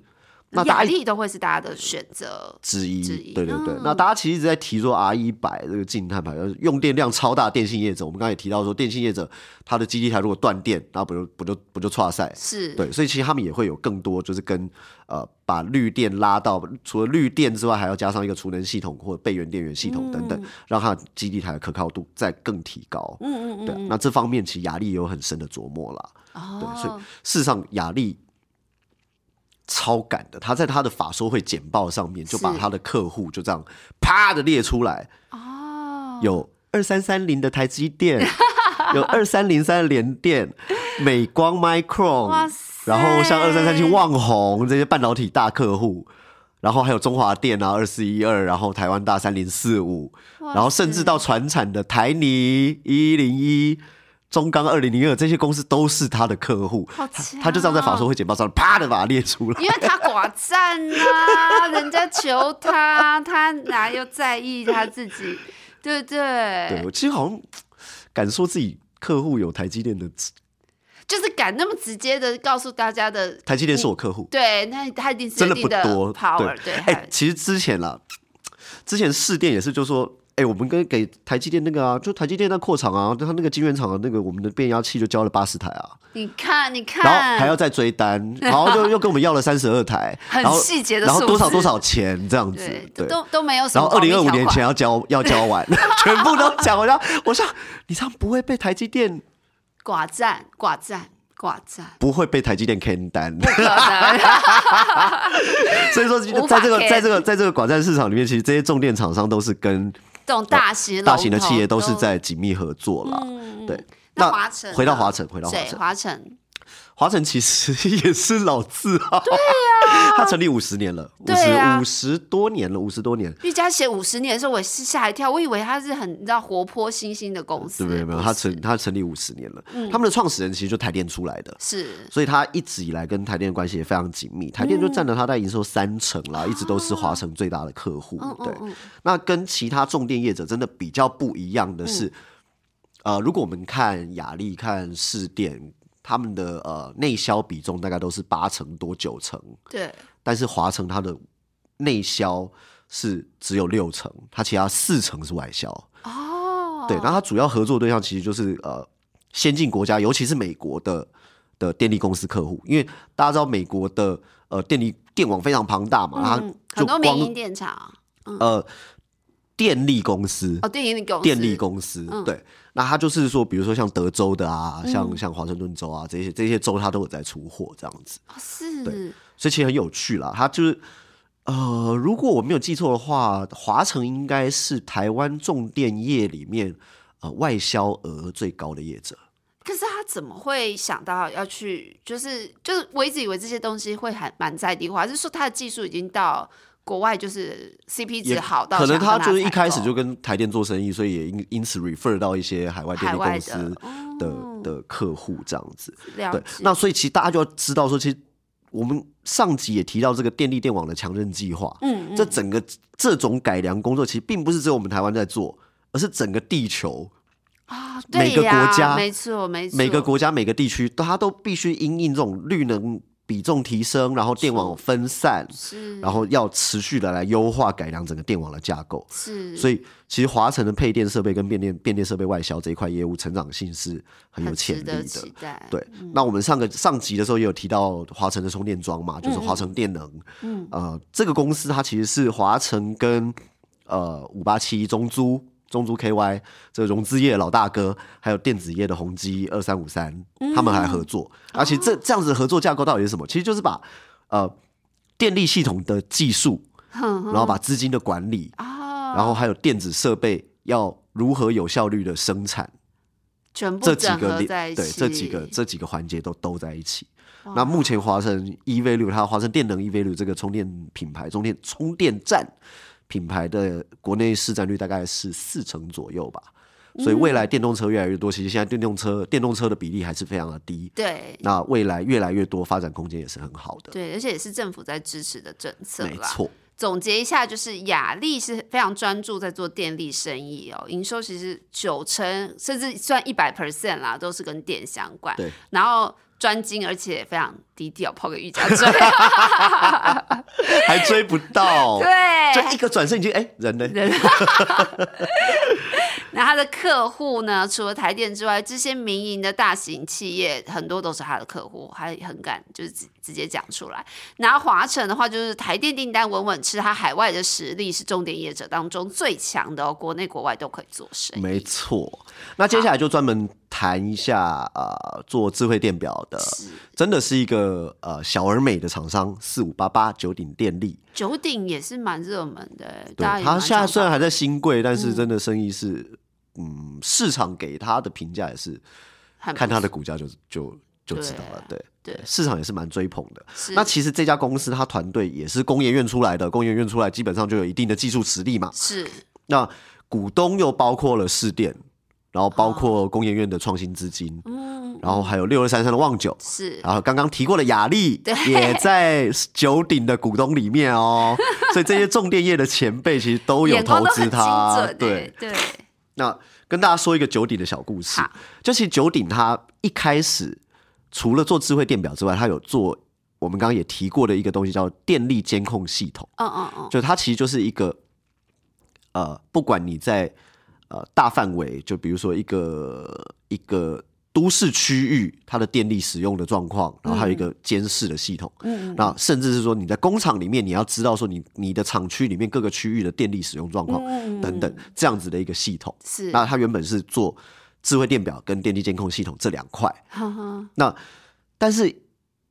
S2: 那大
S1: 压
S2: 家一
S1: 力都会是大家的选择。
S2: 之一
S1: 之一，
S2: 对对对。
S1: 嗯
S2: 那大家其实一直在提说 R 一百这个净碳排，呃用电量超大，电信业者，我们刚才也提到说，电信业者它的基地台如果断电，那不就不就不就岔赛？
S1: 是，
S2: 对，所以其实他们也会有更多，就是跟呃把绿电拉到除了绿电之外，还要加上一个储能系统或者备源电源系统等等，让它的基地台的可靠度再更提高。
S1: 嗯嗯
S2: 对啊，那这方面其实雅力也有很深的琢磨啦。
S1: 嗯，
S2: 对，所以
S1: 哦，
S2: 事实上雅力超赶的，他在他的法说会简报上面就把
S1: 是
S2: 他的客户就这样啪的列出来，
S1: 哦，
S2: 有二三三零的台 积电，有二三零三的联电、美光、
S1: 哇
S2: Micron，
S1: 塞
S2: 然后像二三三七、旺宏这些半导体大客户。然后还有中华电啊，二四一二，然后台湾大三零四五，
S1: 哇
S2: 然后甚至到船产的台泥一零一、中钢二零零二这些公司都是他的客户，
S1: 好
S2: 他
S1: 强啊
S2: 他就这样在法说会简报上啪的把它列出来。
S1: 因为他寡占呐、人家求他，他哪又在意他自己，对不对？
S2: 对，我其实好像敢说自己客户有台积电的，
S1: 就是敢那么直接的告诉大家的，
S2: 台积电是我客户，
S1: 对，那他一定是
S2: 真
S1: 有
S2: 的
S1: 一
S2: 不
S1: 定的
S2: 多。
S1: power，对，，
S2: 对哎、
S1: 还
S2: 其实之前啦，之前试电也是就说。哎、我们跟给台积电那个啊，就台积电那扩厂啊，就他那个晶圆厂的那个我们的变压器就交了八十台啊，
S1: 你看，你看，
S2: 然后还要再追 单，然后就又跟我们要了三十二台，
S1: 很
S2: 然后
S1: 细节的
S2: 然后
S1: 数
S2: 多少
S1: 字
S2: 多少钱这样子
S1: 对，，
S2: 对。
S1: 都都没有什
S2: 然
S1: 么
S2: 后二
S1: 保密
S2: 零二
S1: 条
S2: 五
S1: 款。
S2: 年前要交 要交完，全部都讲完了。我想你这样不会被台积电
S1: 寡占，寡占，寡占，
S2: 不会被台积电 can 单，
S1: 不可能。
S2: 所以说
S1: 无法
S2: 在这个
S1: can
S2: 在这个在这个寡占市场里面，其实这些重电厂商都是跟
S1: 这 种大型
S2: 大型的企业
S1: 龙
S2: 都
S1: 头嗯
S2: 是在紧密合作啦。对，
S1: 那华晨呢
S2: 回到华晨，回到华
S1: 对
S2: 晨，
S1: 华晨，
S2: 华晨其实也是老字号，对 呀、它成立五十年了，五
S1: 对啊
S2: 十五十多年了，五十多年。
S1: 玉佳写五十年的时候，我是吓一跳，我以为他是很你知道活泼新兴的公司，
S2: 对，没有没有，
S1: 不
S2: 它
S1: 是
S2: 成它成立五十年了，
S1: 嗯
S2: 他们的创始人其实就台电出来的，
S1: 是
S2: 所以它一直以来跟台电的关系也非常紧密，台电就占了它在营收三成啦，一直都是华城最大的客户。
S1: 嗯
S2: 嗯对，那跟其他重电业者真的比较不一样的是，呃，如果我们看雅力、看市电，他们的呃内销比重大概都是八成多九成，
S1: 对，
S2: 但是华城它的内销是只有六成，它其他四成是外销。
S1: 哦，
S2: 对，然后它主要合作对象其实就是呃先进国家，尤其是美国的的电力公司客户，因为大家知道美国的呃电力电网非常庞大嘛，它
S1: 嗯，
S2: 就
S1: 很多民
S2: 光
S1: 营电厂
S2: 呃电力公司
S1: 哦，电影公司，嗯
S2: 电力公司，对，那它就是说，比如说像德州的啊，像像华盛顿州啊这些这些州，它都有在出货这样子，
S1: 哦是
S2: 所以其实很有趣啦，它就是。呃，如果我没有记错的话，华城应该是台湾重电业里面呃外销额最高的业者。
S1: 可是他怎么会想到要去？就是就是，我一直以为这些东西会还蛮在地化，还是说他的技术已经到国外，就是 CP 值好到
S2: 可能
S1: 想要
S2: 他
S1: 跟
S2: 就是
S1: 采
S2: 一开始
S1: 购
S2: 就跟台电做生意，所以也因因此 refer 到一些海外电力
S1: 海外
S2: 公司
S1: 的
S2: 的
S1: 哦
S2: 的客户这样子。
S1: 了
S2: 对
S1: 解，
S2: 那所以其实大家就要知道说，其实我们上集也提到这个电力电网的强韧计划，
S1: 嗯嗯
S2: 这整个这种改良工作其实并不是只有我们台湾在做，而是整个地球
S1: 啊，
S2: 每
S1: 对
S2: 个
S1: 呀
S2: 国家
S1: 没错没错，
S2: 每个国家每个地区，它都必须因应这种绿能比重提升，然后电网分散，
S1: 是，
S2: 然后要持续的来优化改良整个电网的架构。
S1: 是，
S2: 所以其实华晨的配电设备跟变电变电设备外销这一块业务成长性是很有
S1: 很
S2: 潜
S1: 值
S2: 力
S1: 得
S2: 的。
S1: 期待，嗯
S2: 对，那我们上个上集的时候也有提到华晨的充电桩嘛，
S1: 嗯
S2: 就是华晨电能。嗯，呃，这个公司它其实是华晨跟呃五八七中租中租 KY 这个融资业的老大哥，还有电子业的宏基二三五三，
S1: 嗯
S2: 他们还合作。
S1: 哦
S2: 而且这这样子的合作架构到底是什么？其实就是把呃电力系统的技术，
S1: 哼
S2: 然后把资金的管理，
S1: 啊，
S2: 然后还有电子设备要如何有效率的生产，
S1: 全部
S2: 这几
S1: 整
S2: 个
S1: 合
S2: 里
S1: 在一
S2: 对
S1: 起，
S2: 这几个这几个环节都都在一起。
S1: 哇
S2: 那目前华晨 EV 六，它华晨电能 EV 六这个充电品牌，充电充电站品牌的国内市占率大概是四成左右吧。
S1: 嗯
S2: 所以未来电动车越来越多，其实现在电动车电动车的比例还是非常的低。
S1: 对
S2: 那未来越来越多发展空间也是很好的，
S1: 对，而且也是政府在支持的政策啦。
S2: 没错。
S1: 总结一下，就是雅力是非常专注在做电力生意哦，营收其实九成甚至算一百 percent 啦，都是跟电相关。
S2: 对，
S1: 然后专精，而且非常低调，抛给瑜 伽追。
S2: 还追不到，就 一
S1: 对，
S2: 个转身已经哎、人呢？
S1: 那他的客户呢，除了台电之外，这些民营的大型企业很多都是他的客户，还很敢就是直直接讲出来。拿华晨的话，就是台电订单稳稳吃，他海外的实力是重点业者当中最强的哦，国内国外都可以做生意。
S2: 没错，那接下来就专门谈一下呃，做智慧电表的，真的是一个呃小而美的厂商，四五八八九鼎电力。
S1: 九鼎也是蛮热门的，
S2: 对
S1: 大家，也
S2: 它
S1: 蛮
S2: 现在
S1: 常
S2: 虽然
S1: 打
S2: 还在新贵，但是真的生意是，嗯市场给它的评价也是，
S1: 很不啊
S2: 看它的股价就就就知道了。对，
S1: 对
S2: 市场也是蛮追捧的。
S1: 是
S2: 那其实这家公司它团队也是工研院出来的，工研院出来基本上就有一定的技术实力嘛。
S1: 是
S2: 那股东又包括了市电，然后包
S1: 哦
S2: 括工研院的创新资金，
S1: 嗯
S2: 然后还有六二三三的旺九，
S1: 是
S2: 然后刚刚提过的雅力也在九鼎的股东里面哦，所以这些重电业的前辈其实都有
S1: 眼光
S2: 投
S1: 都很
S2: 资
S1: 精
S2: 它。
S1: 准欸
S2: 对，
S1: 对
S2: 那跟大家说一个九鼎的小故事
S1: 好，
S2: 就其实九鼎它一开始除了做智慧电表之外，它有做我们刚刚也提过的一个东西叫电力监控系统。
S1: 嗯嗯嗯，
S2: 就它其实就是一个，呃，不管你在呃大范围，就比如说一个一个都市区域，它的电力使用的状况，然后还有一个监视的系统，嗯，那甚至是说你在工厂里面，你要知道说你你的厂区里面各个区域的电力使用状况、
S1: 嗯
S2: 等等，这样子的一个系统。
S1: 是
S2: 那它原本是做智慧电表跟电力监控系统这两块，
S1: 哈哈
S2: 那但是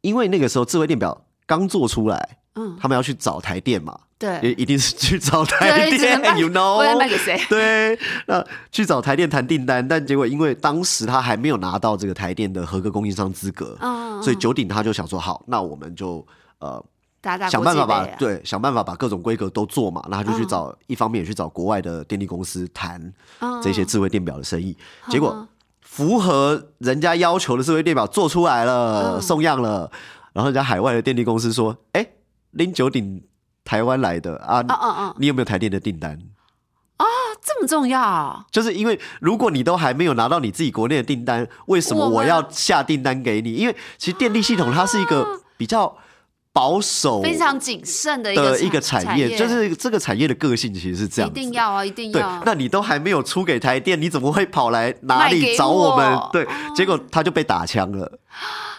S2: 因为那个时候智慧电表刚做出来，
S1: 嗯
S2: 他们要去找台电嘛，也
S1: 对，哎
S2: 一定是去找台
S1: 对只能
S2: 电
S1: 卖
S2: ，you
S1: 不然卖
S2: know。
S1: 给谁？
S2: 对，那去找台电谈订单，但结果因为当时他还没有拿到这个台电的合格供应商资格，
S1: 嗯，嗯
S2: 所以
S1: 嗯
S2: 九鼎他就想说，好，那我们就呃
S1: 打打
S2: 想
S1: 国
S2: 办
S1: 际
S2: 法把
S1: 杯啊
S2: 对想办法把各种规格都做嘛，那他就去找、一方面也去找国外的电力公司谈
S1: 嗯
S2: 这些智慧电表的生意，结果符合人家要求的智慧电表做出来
S1: 嗯
S2: 了，送样了，然后人家海外的电力公司说，哎，拎九鼎台湾来的啊，
S1: 嗯嗯嗯，
S2: 你有没有台电的订单？
S1: 这么重要啊，
S2: 就是因为如果你都还没有拿到你自己国内的订单，为什么
S1: 我们
S2: 我要下订单给你？因为其实电力系统它是一个比较保守
S1: 啊非常谨慎的一
S2: 的
S1: 个
S2: 一个
S1: 产
S2: 产业，就是这个产业的个性其实是这
S1: 一
S2: 样子。
S1: 定要啊，一定
S2: 对
S1: 要啊，，
S2: 那你都还没有出给台电，你怎么会跑来哪
S1: 卖给
S2: 里找我们？
S1: 我啊
S2: 对，结果他就被打枪了。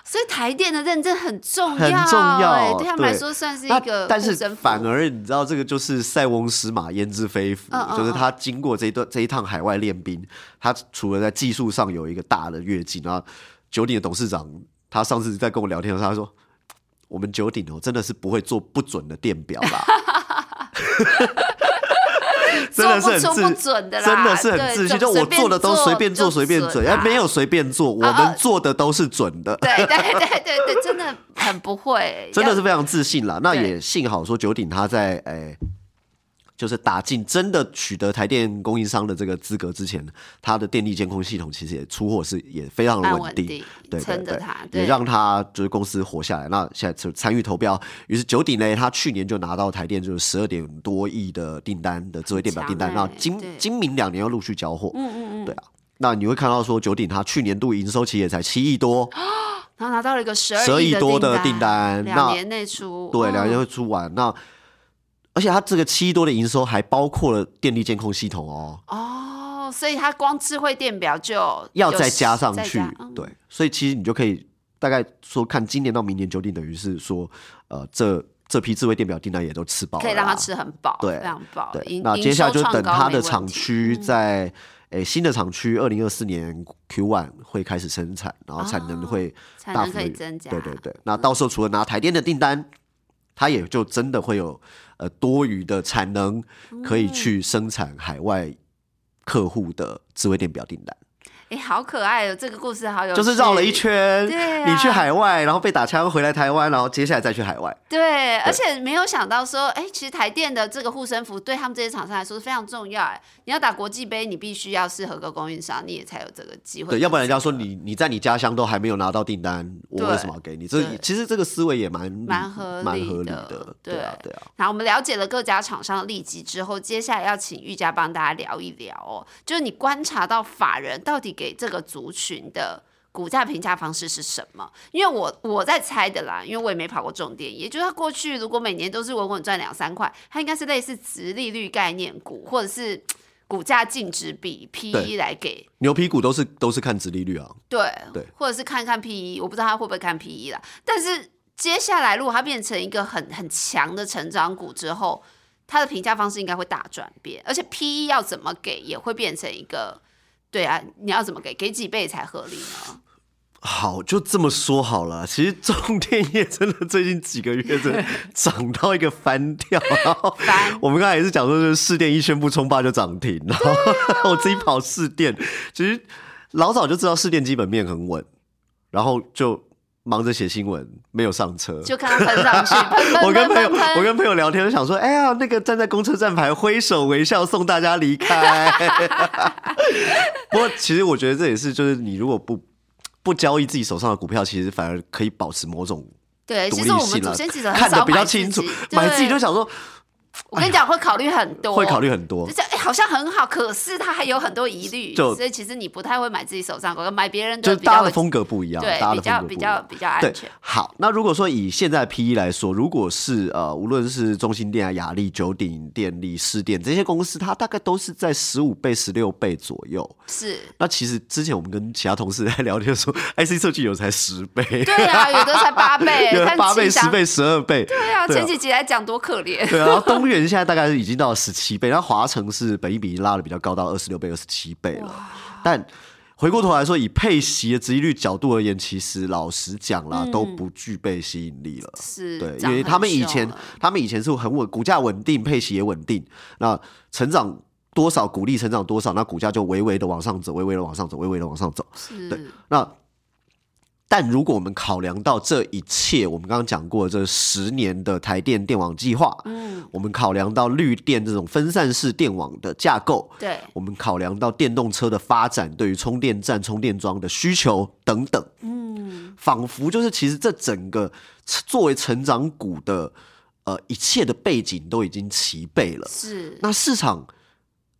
S1: 所以台电的认证很重要
S2: 很
S1: 欸，
S2: 重要
S1: 对他们来
S2: 对
S1: 说算是
S2: 那
S1: 一个
S2: 但
S1: 护
S2: 是
S1: 身符
S2: 反而你知道这个就是塞翁失马焉知非福，
S1: 嗯嗯
S2: 就是他经过这一段这一趟海外练兵，他除了在技术上有一个大的跃进，然后九鼎的董事长他上次在跟我聊天的时候，他说我们九鼎哦真的是不会做不准的电表 啦。真的是很
S1: 做不出
S2: 自
S1: 不准的啦
S2: 真的是很
S1: 对
S2: 自信，
S1: 就
S2: 就我做的都随
S1: 随便
S2: 便
S1: 做
S2: 做随便
S1: 就
S2: 准，
S1: 准啊
S2: 哎，没有随便做，我
S1: 啊
S2: 们做的都是准的。
S1: 对对对对对，真的很不会欸，
S2: 真的
S1: 要
S2: 是非常自信啦。那
S1: 对
S2: 也幸好说九鼎他在诶、呃就是打进真的取得台电供应商的这个资格之前，他的电力监控系统其实也出货是也非常的
S1: 蛮啊
S2: 稳
S1: 稳
S2: 定。
S1: 定，
S2: 对对
S1: 撑着
S2: 对
S1: 它，，
S2: 也
S1: 对，
S2: 让他就是公司活下来。那现在就参与投标，于是九鼎呢，他去年就拿到台电就是十二点多亿的订单的智慧电表订单，
S1: 很强
S2: 那
S1: 欸
S2: 今
S1: 对
S2: 今明两年要陆续交货。
S1: 嗯嗯嗯，
S2: 对啊，那你会看到说九鼎它去年度营收其实也才七亿多，
S1: 然后拿到了一个十
S2: 12
S1: 二
S2: 亿多的
S1: 的
S2: 订单那
S1: 两年内出，
S2: 对，两年
S1: 哦
S2: 会出完。那而且它这个七亿多的营收还包括了电力监控系统哦，
S1: 哦，所以它光智慧电表就
S2: 要
S1: 有
S2: 再加上
S1: 再
S2: 去
S1: 加。嗯
S2: 对，所以其实你就可以大概说看今年到明年九点，等于是说呃这这批智慧电表订单也都吃饱了啦，
S1: 可以让它吃很饱，
S2: 对
S1: 非常饱。
S2: 对，
S1: 营
S2: 那接下来就等它的厂。
S1: 营收创高没问题嗯
S2: 区在诶、新的厂区，二零二四年 Q one 会开始生产，然后产
S1: 哦
S2: 能会
S1: 产
S2: 大
S1: 能
S2: 幅
S1: 可以
S2: 地
S1: 增加
S2: 对对对，那到时候除了拿台电的订单，它也就真的会有呃多余的产能
S1: 嗯
S2: 可以去生产海外客户的智慧电表订单，
S1: 哎，好可爱哦，这个故事好有趣，
S2: 就是绕了一。圈，
S1: 对啊
S2: 你去海外，然后被打枪回来台湾，然后接下来再去海外。
S1: 对，而且没有想到说，哎，其实台电的这个护身符对他们这些厂商来说是非常重要。哎，你要打国际杯，你必须要是合格供应商，你也才有这个机会。
S2: 对，要不然人家说你你在你家乡都还没有拿到订单，我
S1: 对
S2: 为什么要给你？这
S1: 对
S2: 其实这个思维也蛮
S1: 蛮合
S2: 蛮
S1: 理
S2: 合理
S1: 的
S2: 的，
S1: 对
S2: 对啊对啊。
S1: 然后我们了解了各家厂商的利基之后，接下来要请玉佳帮大家聊一聊哦，就是你观察到法人到底给这个族群的股价评价方式是什么？因为我我在猜的啦，因为我也没跑过重点，也就是他过去如果每年都是稳稳赚两三块，它应该是类似直利率概念股或者是嘖股价净值比 P E
S2: 对
S1: 来给。
S2: 牛皮股都是都是看殖利率啊，
S1: 对，
S2: 对
S1: 或者是看看 P E，我不知道他会不会看 P E 啦。但是接下来如果它变成一个很很强的成长股之后，它的评价方式应该会大转变，而且 P E 要怎么给也会变成一个，对啊，你要怎么给，给几倍才合理 呢？
S2: 好，就这么说好了。其实中 电业真的最近几个月真的涨到一个翻掉，然后
S1: 翻
S2: 我们刚才也是讲说，就是市电一宣布冲霸就涨停，然后 我自己跑市电，其实老早就知道市电基本面很稳，然后就忙着写新闻，没有上车，
S1: 就看它喷上去，喷
S2: 我
S1: 喷喷
S2: 跟朋友
S1: 喷，喷，
S2: 我跟朋友聊天，就想说，哎呀，那个站在公车站牌挥手微笑送大家 离开。不过，其实我觉得这也是，就是你如果不不交易自己手上的股票，其实反而可以保持某种
S1: 对，
S2: 独
S1: 其
S2: 立
S1: 实我们
S2: 性
S1: 祖
S2: 了
S1: 先其实，很
S2: 看得
S1: 少
S2: 比较
S1: 买
S2: 清楚
S1: 自己。
S2: 买自己就
S1: 对
S2: 想说
S1: 我跟你讲，会考虑很多，
S2: 会考虑很多
S1: 就。是哎、好像很好，可是它还有很多疑虑，
S2: 就
S1: 所以其实你不太会买自己手上的股票，买别人
S2: 就是
S1: 的比
S2: 大
S1: 较
S2: 家
S1: 会
S2: 的风格不一样，
S1: 对
S2: 大家
S1: 比
S2: 的
S1: 较
S2: 风格不
S1: 比
S2: 一
S1: 较
S2: 样。
S1: 比较安
S2: 对
S1: 全。，
S2: 好，那如果说以现在的 PE 来说，如果是呃，无论是中心店啊、雅力、九鼎、电力、市电这些公司，它大概都是在十五倍、十六倍左右。
S1: 是，
S2: 那其实之前我们跟其他同事在聊天的时候，IC 设计有才十倍，
S1: 对啊，有的才八倍，
S2: 有
S1: 看
S2: 八倍、
S1: 清
S2: 十
S1: 商
S2: 倍、十二倍，对
S1: 对啊，前几集来讲多可怜。
S2: 对啊，然后东元现在大概已经到十七倍，然后华城是本一比拉的比较高，到二十六倍、二十七倍了。但回过头来说，以配息的殖利率角度而言，其实老实讲啦，都不具备吸引力了。
S1: 是，
S2: 对，因
S1: 长
S2: 为他们
S1: 很
S2: 以
S1: 凶
S2: 前
S1: 了
S2: 他们以前是很稳，股价稳定，配息也稳定，那成长多少，股利成长多少，那股价就微微的往上走，微微的往上走，微微的往上走。
S1: 是，
S2: 那但如果我们考量到这一切，我们刚刚讲过这十年的台电电网计划，
S1: 嗯，
S2: 我们考量到绿电这种分散式电网的架构，
S1: 对，
S2: 我们考量到电动车的发展对于充电站、充电桩的需求等等，嗯，仿佛就是其实这整个呃作为成长股的呃一切的背景都已经齐备了。
S1: 是，
S2: 那市场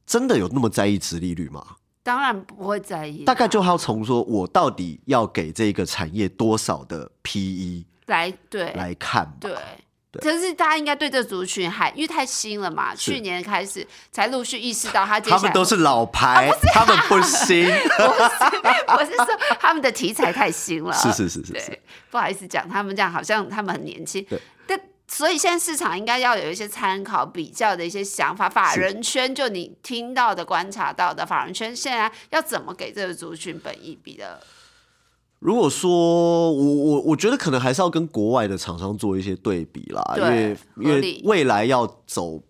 S2: 真的有那么在意殖利率吗？
S1: 当然不会在意啦，啊
S2: 大概就要从说我到底要给这个产业多少的 PE
S1: 来对
S2: 来看吧。
S1: 对。
S2: 对
S1: 可是大家应该对这族群还因为太新了嘛，
S2: 是
S1: 去年开始才陆续意识到它接下
S2: 他
S1: 来啊
S2: 们都是老牌，他们不 行。
S1: 我是说他们的题材太新了，
S2: 是是是是是
S1: 对，不好意思讲，他们这样好像他们很年轻
S2: 对。
S1: 但所以现在市场应该要有一些参考比较的一些想法，法人圈就你听到的、观察到的，法人圈现在要怎么给这个族群本益比的？
S2: 如果说我我我觉得可能还是要跟国外的厂商做一些对比啦，因
S1: 对
S2: 为因
S1: 合
S2: 为
S1: 理
S2: 未来要走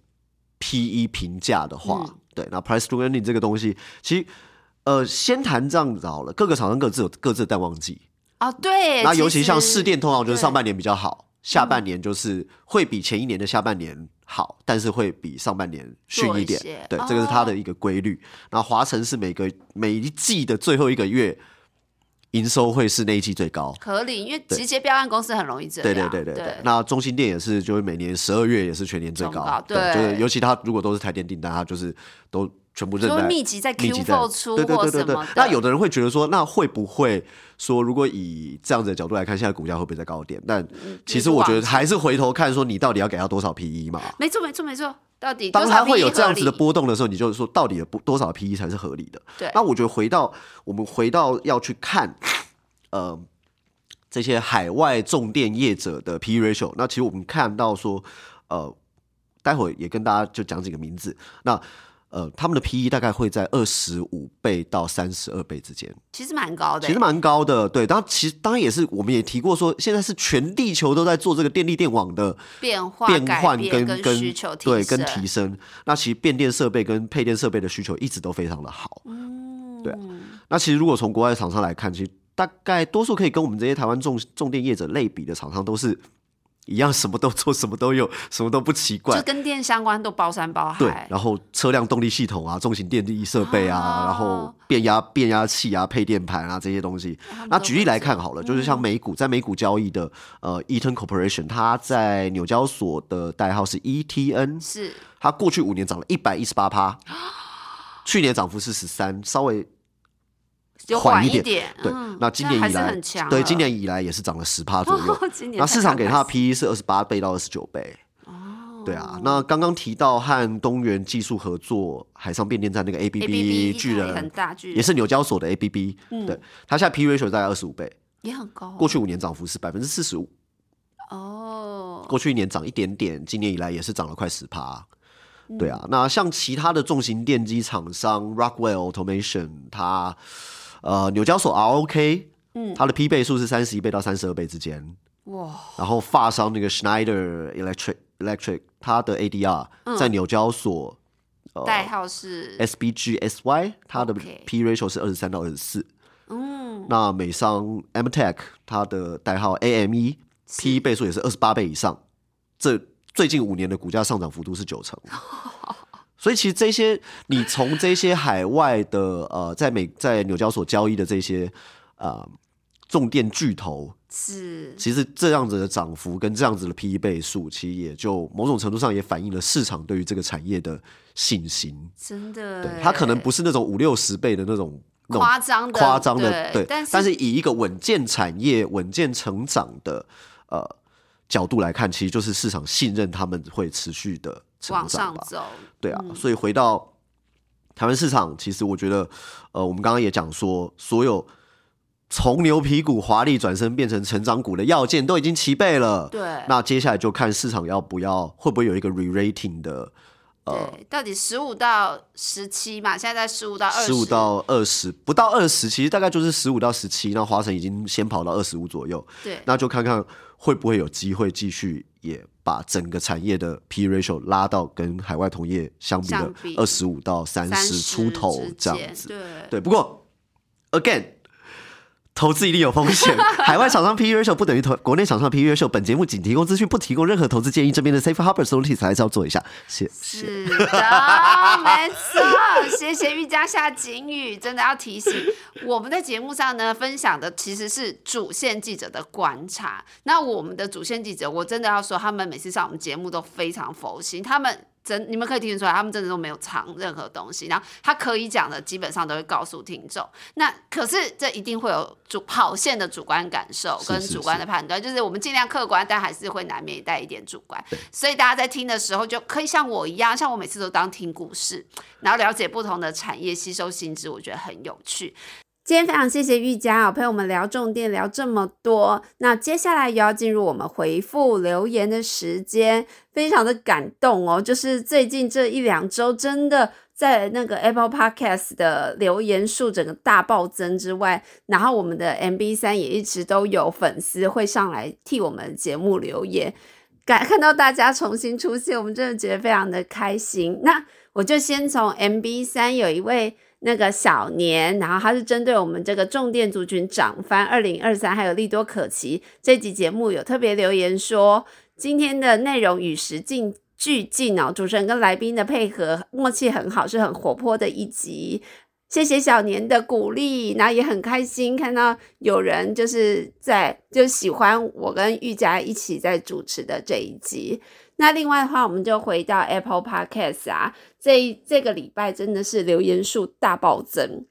S2: PE 评价的话，
S1: 嗯
S2: 对，那 price to earning 这个东西，其实呃，先谈这样子好了，各个厂商各自有各自的淡旺季，
S1: 哦，对，
S2: 那尤其像
S1: 实
S2: 市电，通常就是
S1: 对嗯
S2: 上半年比较好，下半年就是会比前一年的下半年好，但是会比上半年逊
S1: 弱一
S2: 点
S1: 些。
S2: 对，这个是它
S1: 哦
S2: 的一个规律。那华晨是每个每一季的最后一个月营收会是那一季最高。
S1: 合理，因为
S2: 对
S1: 直接标案公司很容易这
S2: 对对
S1: 样，
S2: 对对
S1: 对
S2: 对，那中心店也是，就是每年十二月也是全年最
S1: 中
S2: 高
S1: 高，
S2: 就是
S1: 对
S2: 尤其它如果都是台电订单，它就是都全部认
S1: 就会
S2: 在
S1: 密集在
S2: 密
S1: Q
S2: 集
S1: f 出
S2: 对对
S1: 或
S2: 对
S1: 什
S2: 对对
S1: 么的。。
S2: 那有的人会觉得说，那会不会说，如果以这样子的角度来看，现在股价会不会再高一点？但
S1: 嗯
S2: 其实我觉得还是回头看，说你到底要给它多少 PE 嘛。
S1: 没错没错没错，到底
S2: 当
S1: 多
S2: 它
S1: 少
S2: 会有
S1: PE
S2: 这样
S1: E 合
S2: 子的
S1: 理
S2: 波动的时候，你就说到底有不多少 PE 才是合理的？
S1: 对
S2: 那我觉得回到我们回到要去看，呃，这些海外重电业者的 P E ratio。那其实我们看到说，呃，待会儿也跟大家就讲几个名字。那呃，他们的 P E 大概会在二十五倍到三十二倍之间，
S1: 其实蛮高的、
S2: 其实蛮高的。对，当然其实当然也是，我们也提过说，现在是全地球都在做这个电力电网的
S1: 变化、
S2: 变
S1: 改
S2: 换
S1: 变
S2: 跟
S1: 跟需求提
S2: 对
S1: 升，
S2: 跟提升。那其实变电设备跟配电设备的需求一直都非常的好。对啊
S1: 嗯
S2: 那其实如果从国外的厂商来看，其实大概多数可以跟我们这些台湾重重电业者类比的厂商都是一样，什么都做，什么都有，什么都不奇
S1: 就
S2: 怪。
S1: 跟电相关都包山包
S2: 对
S1: 海，。
S2: 然后车辆动力系统啊，重型电力设备啊，
S1: 哦
S2: 然后变压变压器啊，配电盘啊这些东西。
S1: 他们
S2: 那
S1: 都嗯
S2: 举例
S1: 会
S2: 来
S1: 做
S2: 看好了，就是像美股在美股交易的呃 Eaton Corporation，它在纽交所的代号是 E ETN，
S1: 是
S2: 它过去五年涨了一百一十八趴，去年涨幅是十三，稍微
S1: 有
S2: 缓
S1: 缓
S2: 一
S1: 一
S2: 点
S1: 点，
S2: 对
S1: 嗯，
S2: 那今
S1: 但
S2: 年
S1: 还
S2: 以
S1: 是
S2: 来
S1: 很强，
S2: 对，今年以来也是涨了十 趴左右。
S1: 今年
S2: 那
S1: 才
S2: 市场
S1: 刚
S2: 给
S1: 开
S2: 它的
S1: 始
S2: P E 是二十八倍到二十九倍。对
S1: 哦
S2: 啊，那刚刚提到和东元技术合作海上变电站那个 A B B
S1: ABB
S2: 巨
S1: 它也很
S2: 人，
S1: 大巨人
S2: 也是纽交所的 A B B，对，它现在 P E ratio 大概二十五倍，
S1: 也很高哦
S2: 过去五年涨幅是百分之四十五，
S1: 哦，
S2: 过去一年涨一点点，今年以来也是涨了快十趴。对啊，那像其他的重型电机厂商 Rockwell Automation，它呃纽交所 ROK，嗯，它的 P 倍数是三十一倍到三十二倍之间。
S1: 哇，
S2: 然后发商那个 Schneider Electric Electric，它的 ADR 在纽交所、
S1: 代号是
S2: 哎 SBGSY，它的
S1: OK
S2: P ratio 是二十三到二十四。
S1: 嗯，
S2: 那美商 M Tech 它的代号 AME P 倍数也是二十八倍以上，这最近五年的股价上涨幅度是九 成。所以其实这些，你从这些海外的呃，在美在纽交所交易的这些呃重电巨头，
S1: 是
S2: 其实这样子的涨幅跟这样子的 P E 倍数，其实也就某种程度上也反映了市场对于这个产业的信心。
S1: 真的
S2: 对
S1: 欸，，
S2: 它可能不是那种五六十倍的那种那种
S1: 夸张的
S2: 夸张的，
S1: 对
S2: 对，
S1: 但是
S2: 但是以一个稳健产业、稳健成长的呃角度来看，其实就是市场信任他们会持续的成
S1: 往
S2: 长
S1: 上
S2: 吧。
S1: 走，嗯
S2: 对啊，所以回到台湾市场，其实我觉得，呃，我们刚刚也讲说，所有从牛皮股华丽转身变成成长股的要件都已经齐备了。
S1: 对
S2: 那接下来就看市场要不要会不会有一个 re-rating 的呃
S1: 对，到底十五到十七嘛，现在在十五到二
S2: 十五到二十，不到二十，其实大概就是十五到十七。那华晨已经先跑到二十五左右，
S1: 对，
S2: 那就看看会不会有机会继续也把整个产业的 P ratio 拉到跟海外同业相比的
S1: 相比
S2: 二十五到三十
S1: 30
S2: 出头
S1: 之
S2: 这样
S1: 间
S2: 子。
S1: 对
S2: 对，不过 again，投资一定有风 险。海外厂商 PE ratio 不等于投国内厂商 PE ratio。本节目仅提供资讯，不提供任何投资建议。这边的 Safe Harbor 收听还是要做一下，谢谢。
S1: 是的，没错。谢谢瑜伽下警语，真的要提醒我们在节目上呢分享的其实是主线记者的观察。那我们的主线记者，我真的要说，他们每次上我们节目都非常佛心，他们。真，你们可以听得出来，他们真的都没有藏任何东西，然后他可以讲的基本上都会告诉听众。那可是这一定会有主跑线的主观感受
S2: 是
S1: 跟
S2: 是
S1: 主观
S2: 是
S1: 的判断，就是我们尽量客观，但还是会难免带一点主观。所以大家在听的时候，就可以像我一样，像我每次都当听故事，然后了解不同的产业，吸收新知，我觉得很有趣。今天非常谢谢玉佳哦，陪我们聊重点，聊这么多。那接下来也要进入我们回复留言的时间，非常的感动哦。就是最近这一两周，真的在那个 Apple Podcast 的留言数整个大暴增之外，然后我们的 MB 三也一直都有粉丝会上来替我们节目留言，感看到大家重新出现，我们真的觉得非常的开心。那我就先从 MB 三有一位那个小年，然后他是针对我们这个重点族群涨翻二零二三，还有利多可期这集节目有特别留言说，今天的内容与时进。俱进哦，主持人跟来宾的配合默契很好，是很活泼的一集。谢谢小年的鼓励，那也很开心看到有人就是在就喜欢我跟玉佳一起在主持的这一集。那另外的话，我们就回到 Apple Podcast 啊，这一这个礼拜真的是留言数大暴增。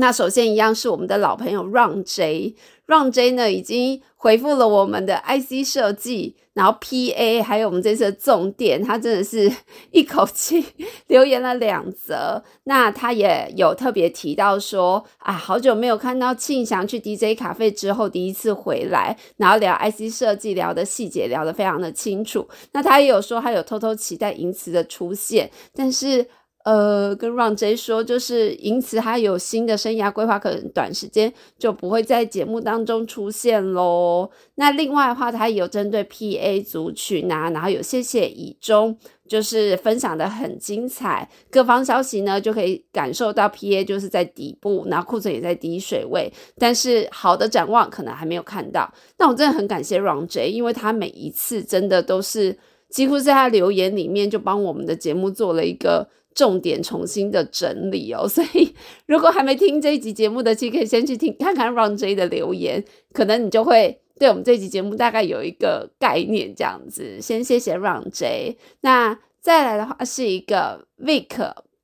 S1: 那首先一样是我们的老朋友 Ron J。Ron J 呢已经回复了我们的 IC 设计，然后 PA，还有我们这次的重点，他真的是 一口气留言了两则。那他也有特别提到说啊，好久没有看到庆祥去 DJ 咖啡之后第一次回来，然后聊 IC 设计，聊的细节聊得非常的清楚。那他也有说，他有偷偷期待银慈的出现，但是呃，跟 Ron J 说，就是银慈他有新的生涯规划，可能短时间就不会在节目当中出现喽。那另外的话，他也有针对 PA 族群啊，然后有谢谢以中，就是分享的很精彩，各方消息呢就可以感受到 PA 就是在底部，然后库存也在低水位，但是好的展望可能还没有看到。那我真的很感谢 Ron J，因为他每一次真的都是。几乎在他留言里面就帮我们的节目做了一个重点重新的整理哦，所以如果还没听这一集节目的，其实可以先去听看看 Ron J 的留言，可能你就会对我们这集节目大概有一个概念这样子。先谢谢 Ron J，那再来的话是一个 Vic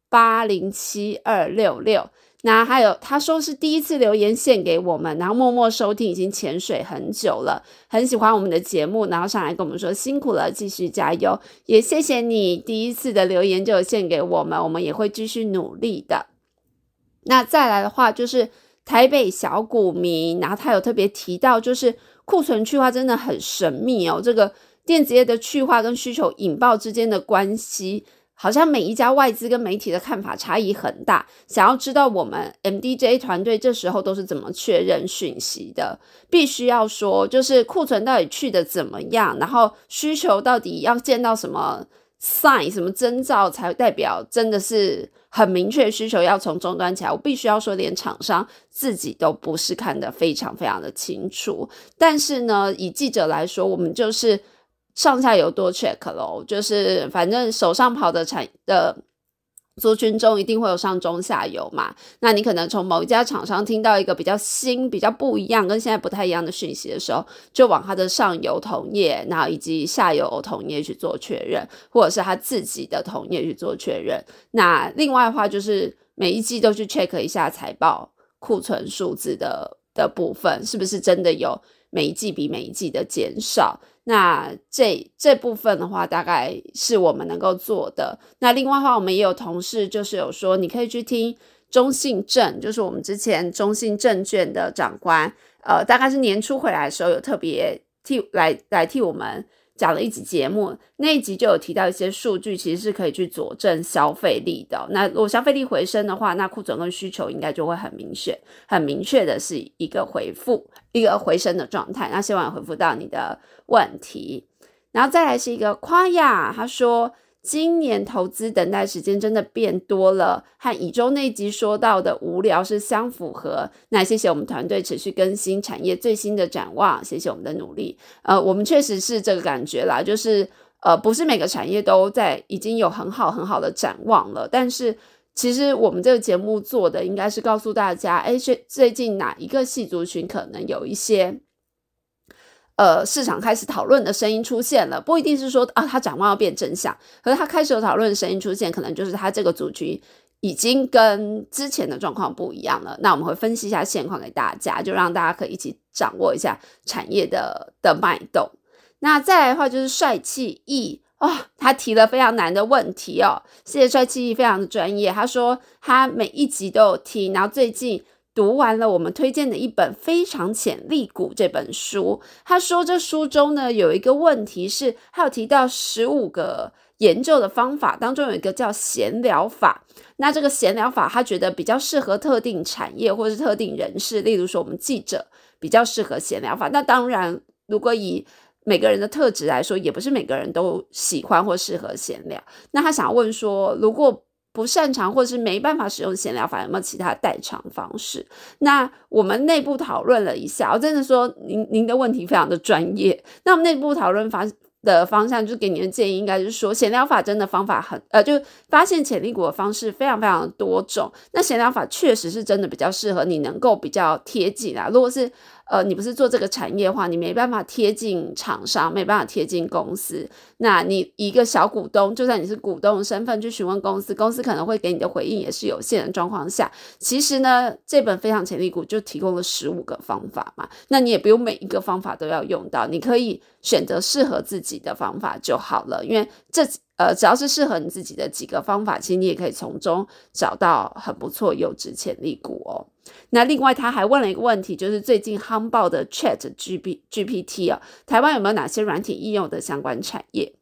S1: 八零七二六六。那还有，他说是第一次留言献给我们，然后默默收听，已经潜水很久了，很喜欢我们的节目，然后上来跟我们说辛苦了，继续加油，也谢谢你第一次的留言就献给我们，我们也会继续努力的。那再来的话就是台北小股民，然后他有特别提到，就是库存去化真的很神秘哦，这个电子业的去化跟需求引爆之间的关系。好像每一家外资跟媒体的看法差异很大，想要知道我们 MDJ 团队这时候都是怎么确认讯息的，必须要说就是库存到底去的怎么样，然后需求到底要见到什么 sign 什么征兆才代表真的是很明确需求要从终端起来。我必须要说，连厂商自己都不是看得非常非常的清楚，但是呢，以记者来说，我们就是。上下游多 check 咯，就是反正手上跑的产的族群中一定会有上中下游嘛。那你可能从某一家厂商听到一个比较新、比较不一样、跟现在不太一样的讯息的时候，就往它的上游同业，然后以及下游同业去做确认，或者是他自己的同业去做确认。那另外的话，就是每一季都去 check 一下财报库存数字的的部分，是不是真的有每一季比每一季的减少。那这这部分的话，大概是我们能够做的。那另外的话，我们也有同事就是有说，你可以去听中信证，就是我们之前中信证券的长官，呃，大概是年初回来的时候，有特别替来来替我们讲了一集节目，那一集就有提到一些数据，其实是可以去佐证消费力的、哦。那如果消费力回升的话，那库存跟需求应该就会很明显、很明确的是一个回复、一个回升的状态。那希望回复到你的。问题，然后再来是一个夸亚，他说今年投资等待时间真的变多了，和以周那集说到的无聊是相符合。那谢谢我们团队持续更新产业最新的展望，谢谢我们的努力。呃，我们确实是这个感觉啦，就是呃，不是每个产业都在已经有很好很好的展望了，但是。其实我们这个节目做的应该是告诉大家，哎，最最近哪一个系族群可能有一些。呃，市场开始讨论的声音出现了，不一定是说啊，它展望要变真相，可是它开始有讨论的声音出现，可能就是它这个族群已经跟之前的状况不一样了。那我们会分析一下现况给大家，就让大家可以一起掌握一下产业的的脉动。那再来的话就是帅气 E 哦，他提了非常难的问题哦，谢谢帅气 E 非常的专业，他说他每一集都有听，然后最近。读完了我们推荐的一本《非常潜力股》这本书，他说这书中呢有一个问题是，还有提到十五个研究的方法当中有一个叫闲聊法。那这个闲聊法，他觉得比较适合特定产业或是特定人士，例如说我们记者比较适合闲聊法。那当然，如果以每个人的特质来说，也不是每个人都喜欢或适合闲聊。那他想问说，如果不擅长或是没办法使用闲聊法，有没有其他代偿方式？那我们内部讨论了一下，我真的说您您的问题非常的专业。那我们内部讨论方的方向，就是给您的建议，应该就是说闲聊法真的方法很呃，就发现潜力股的方式非常非常多种。那闲聊法确实是真的比较适合你，能够比较贴近啊。如果是呃，你不是做这个产业的话，你没办法贴近厂商，没办法贴近公司。那你一个小股东，就算你是股东的身份去询问公司，公司可能会给你的回应也是有限的状况下，其实呢，这本非常潜力股就提供了十五个方法嘛，那你也不用每一个方法都要用到，你可以选择适合自己的方法就好了，因为这几呃只要是适合你自己的几个方法，其实你也可以从中找到很不错优质潜力股哦。那另外他还问了一个问题，就是最近夯爆的 Chat G P G P T 哦，台湾有没有哪些软体应用的相关产业？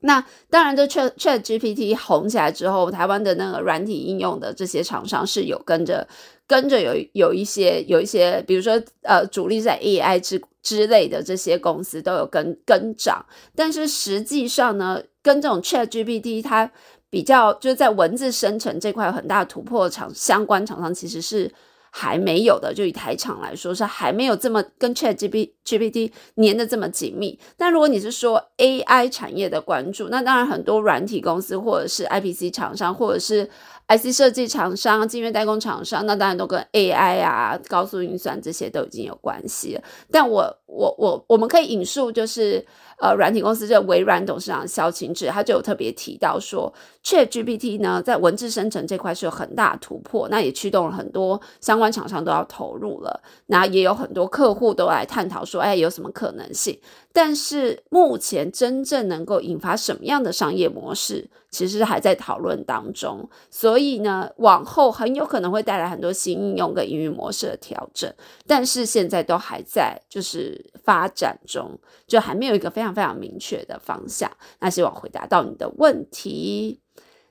S1: 那当然，这 Chat Chat GPT 红起来之后，台湾的那个软体应用的这些厂商是有跟着跟着有有一些有一些，比如说呃，主力在 AI 之之类的这些公司都有跟跟涨，但是实际上呢，跟这种 Chat GPT 它比较就是在文字生成这块有很大的突破厂相关厂商其实是。还没有的，就以台厂来说，是还没有这么跟 Chat G P G P T 粘的这么紧密。但如果你是说 A I 产业的关注，那当然很多软体公司或者是 I P C 厂商，或者是 I C 设计厂商、晶圆代工厂商，那当然都跟 A I 啊、高速运算这些都已经有关系了。但我、我、我，我们可以引述就是呃，软体公司这微软董事长肖晴志，他就有特别提到说，Chat G P T 呢在文字生成这块是有很大突破，那也驱动了很多相关。厂商都要投入了，那也有很多客户都来探讨说，哎，有什么可能性？但是目前真正能够引发什么样的商业模式，其实还在讨论当中。所以呢，往后很有可能会带来很多新应用跟营运模式的调整，但是现在都还在就是发展中，就还没有一个非常非常明确的方向。那希望回答到你的问题。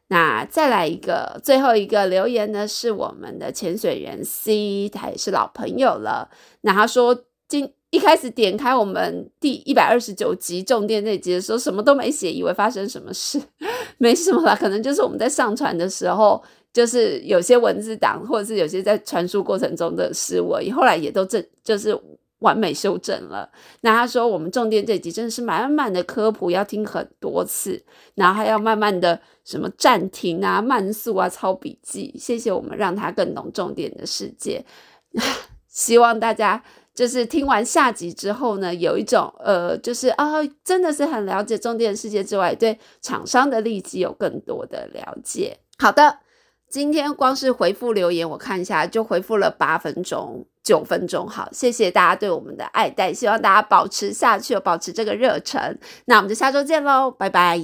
S1: 那再来一个，最后一个留言呢，是我们的潜水员 C，他也是老朋友了。那他说，今一开始点开我们第一百二十九集重点那集的时候，什么都没写，以为发生什么事， 没什么啦，可能就是我们在上传的时候，就是有些文字档或者是有些在传输过程中的失误，后来也都正就是。完美修正了。那他说，我们重点这集真的是满满的科普，要听很多次，然后还要慢慢的什么暂停啊、慢速啊、抄笔记。谢谢我们让他更懂重点的世界。 希望大家就是听完下集之后呢，有一种呃，就是啊、哦，真的是很了解重点世界之外，对厂商的利基有更多的了解。好的。今天光是回复留言，我看一下就回复了八分钟、九分钟。好，谢谢大家对我们的爱戴，希望大家保持下去，保持这个热忱。那我们就下周见喽，拜拜。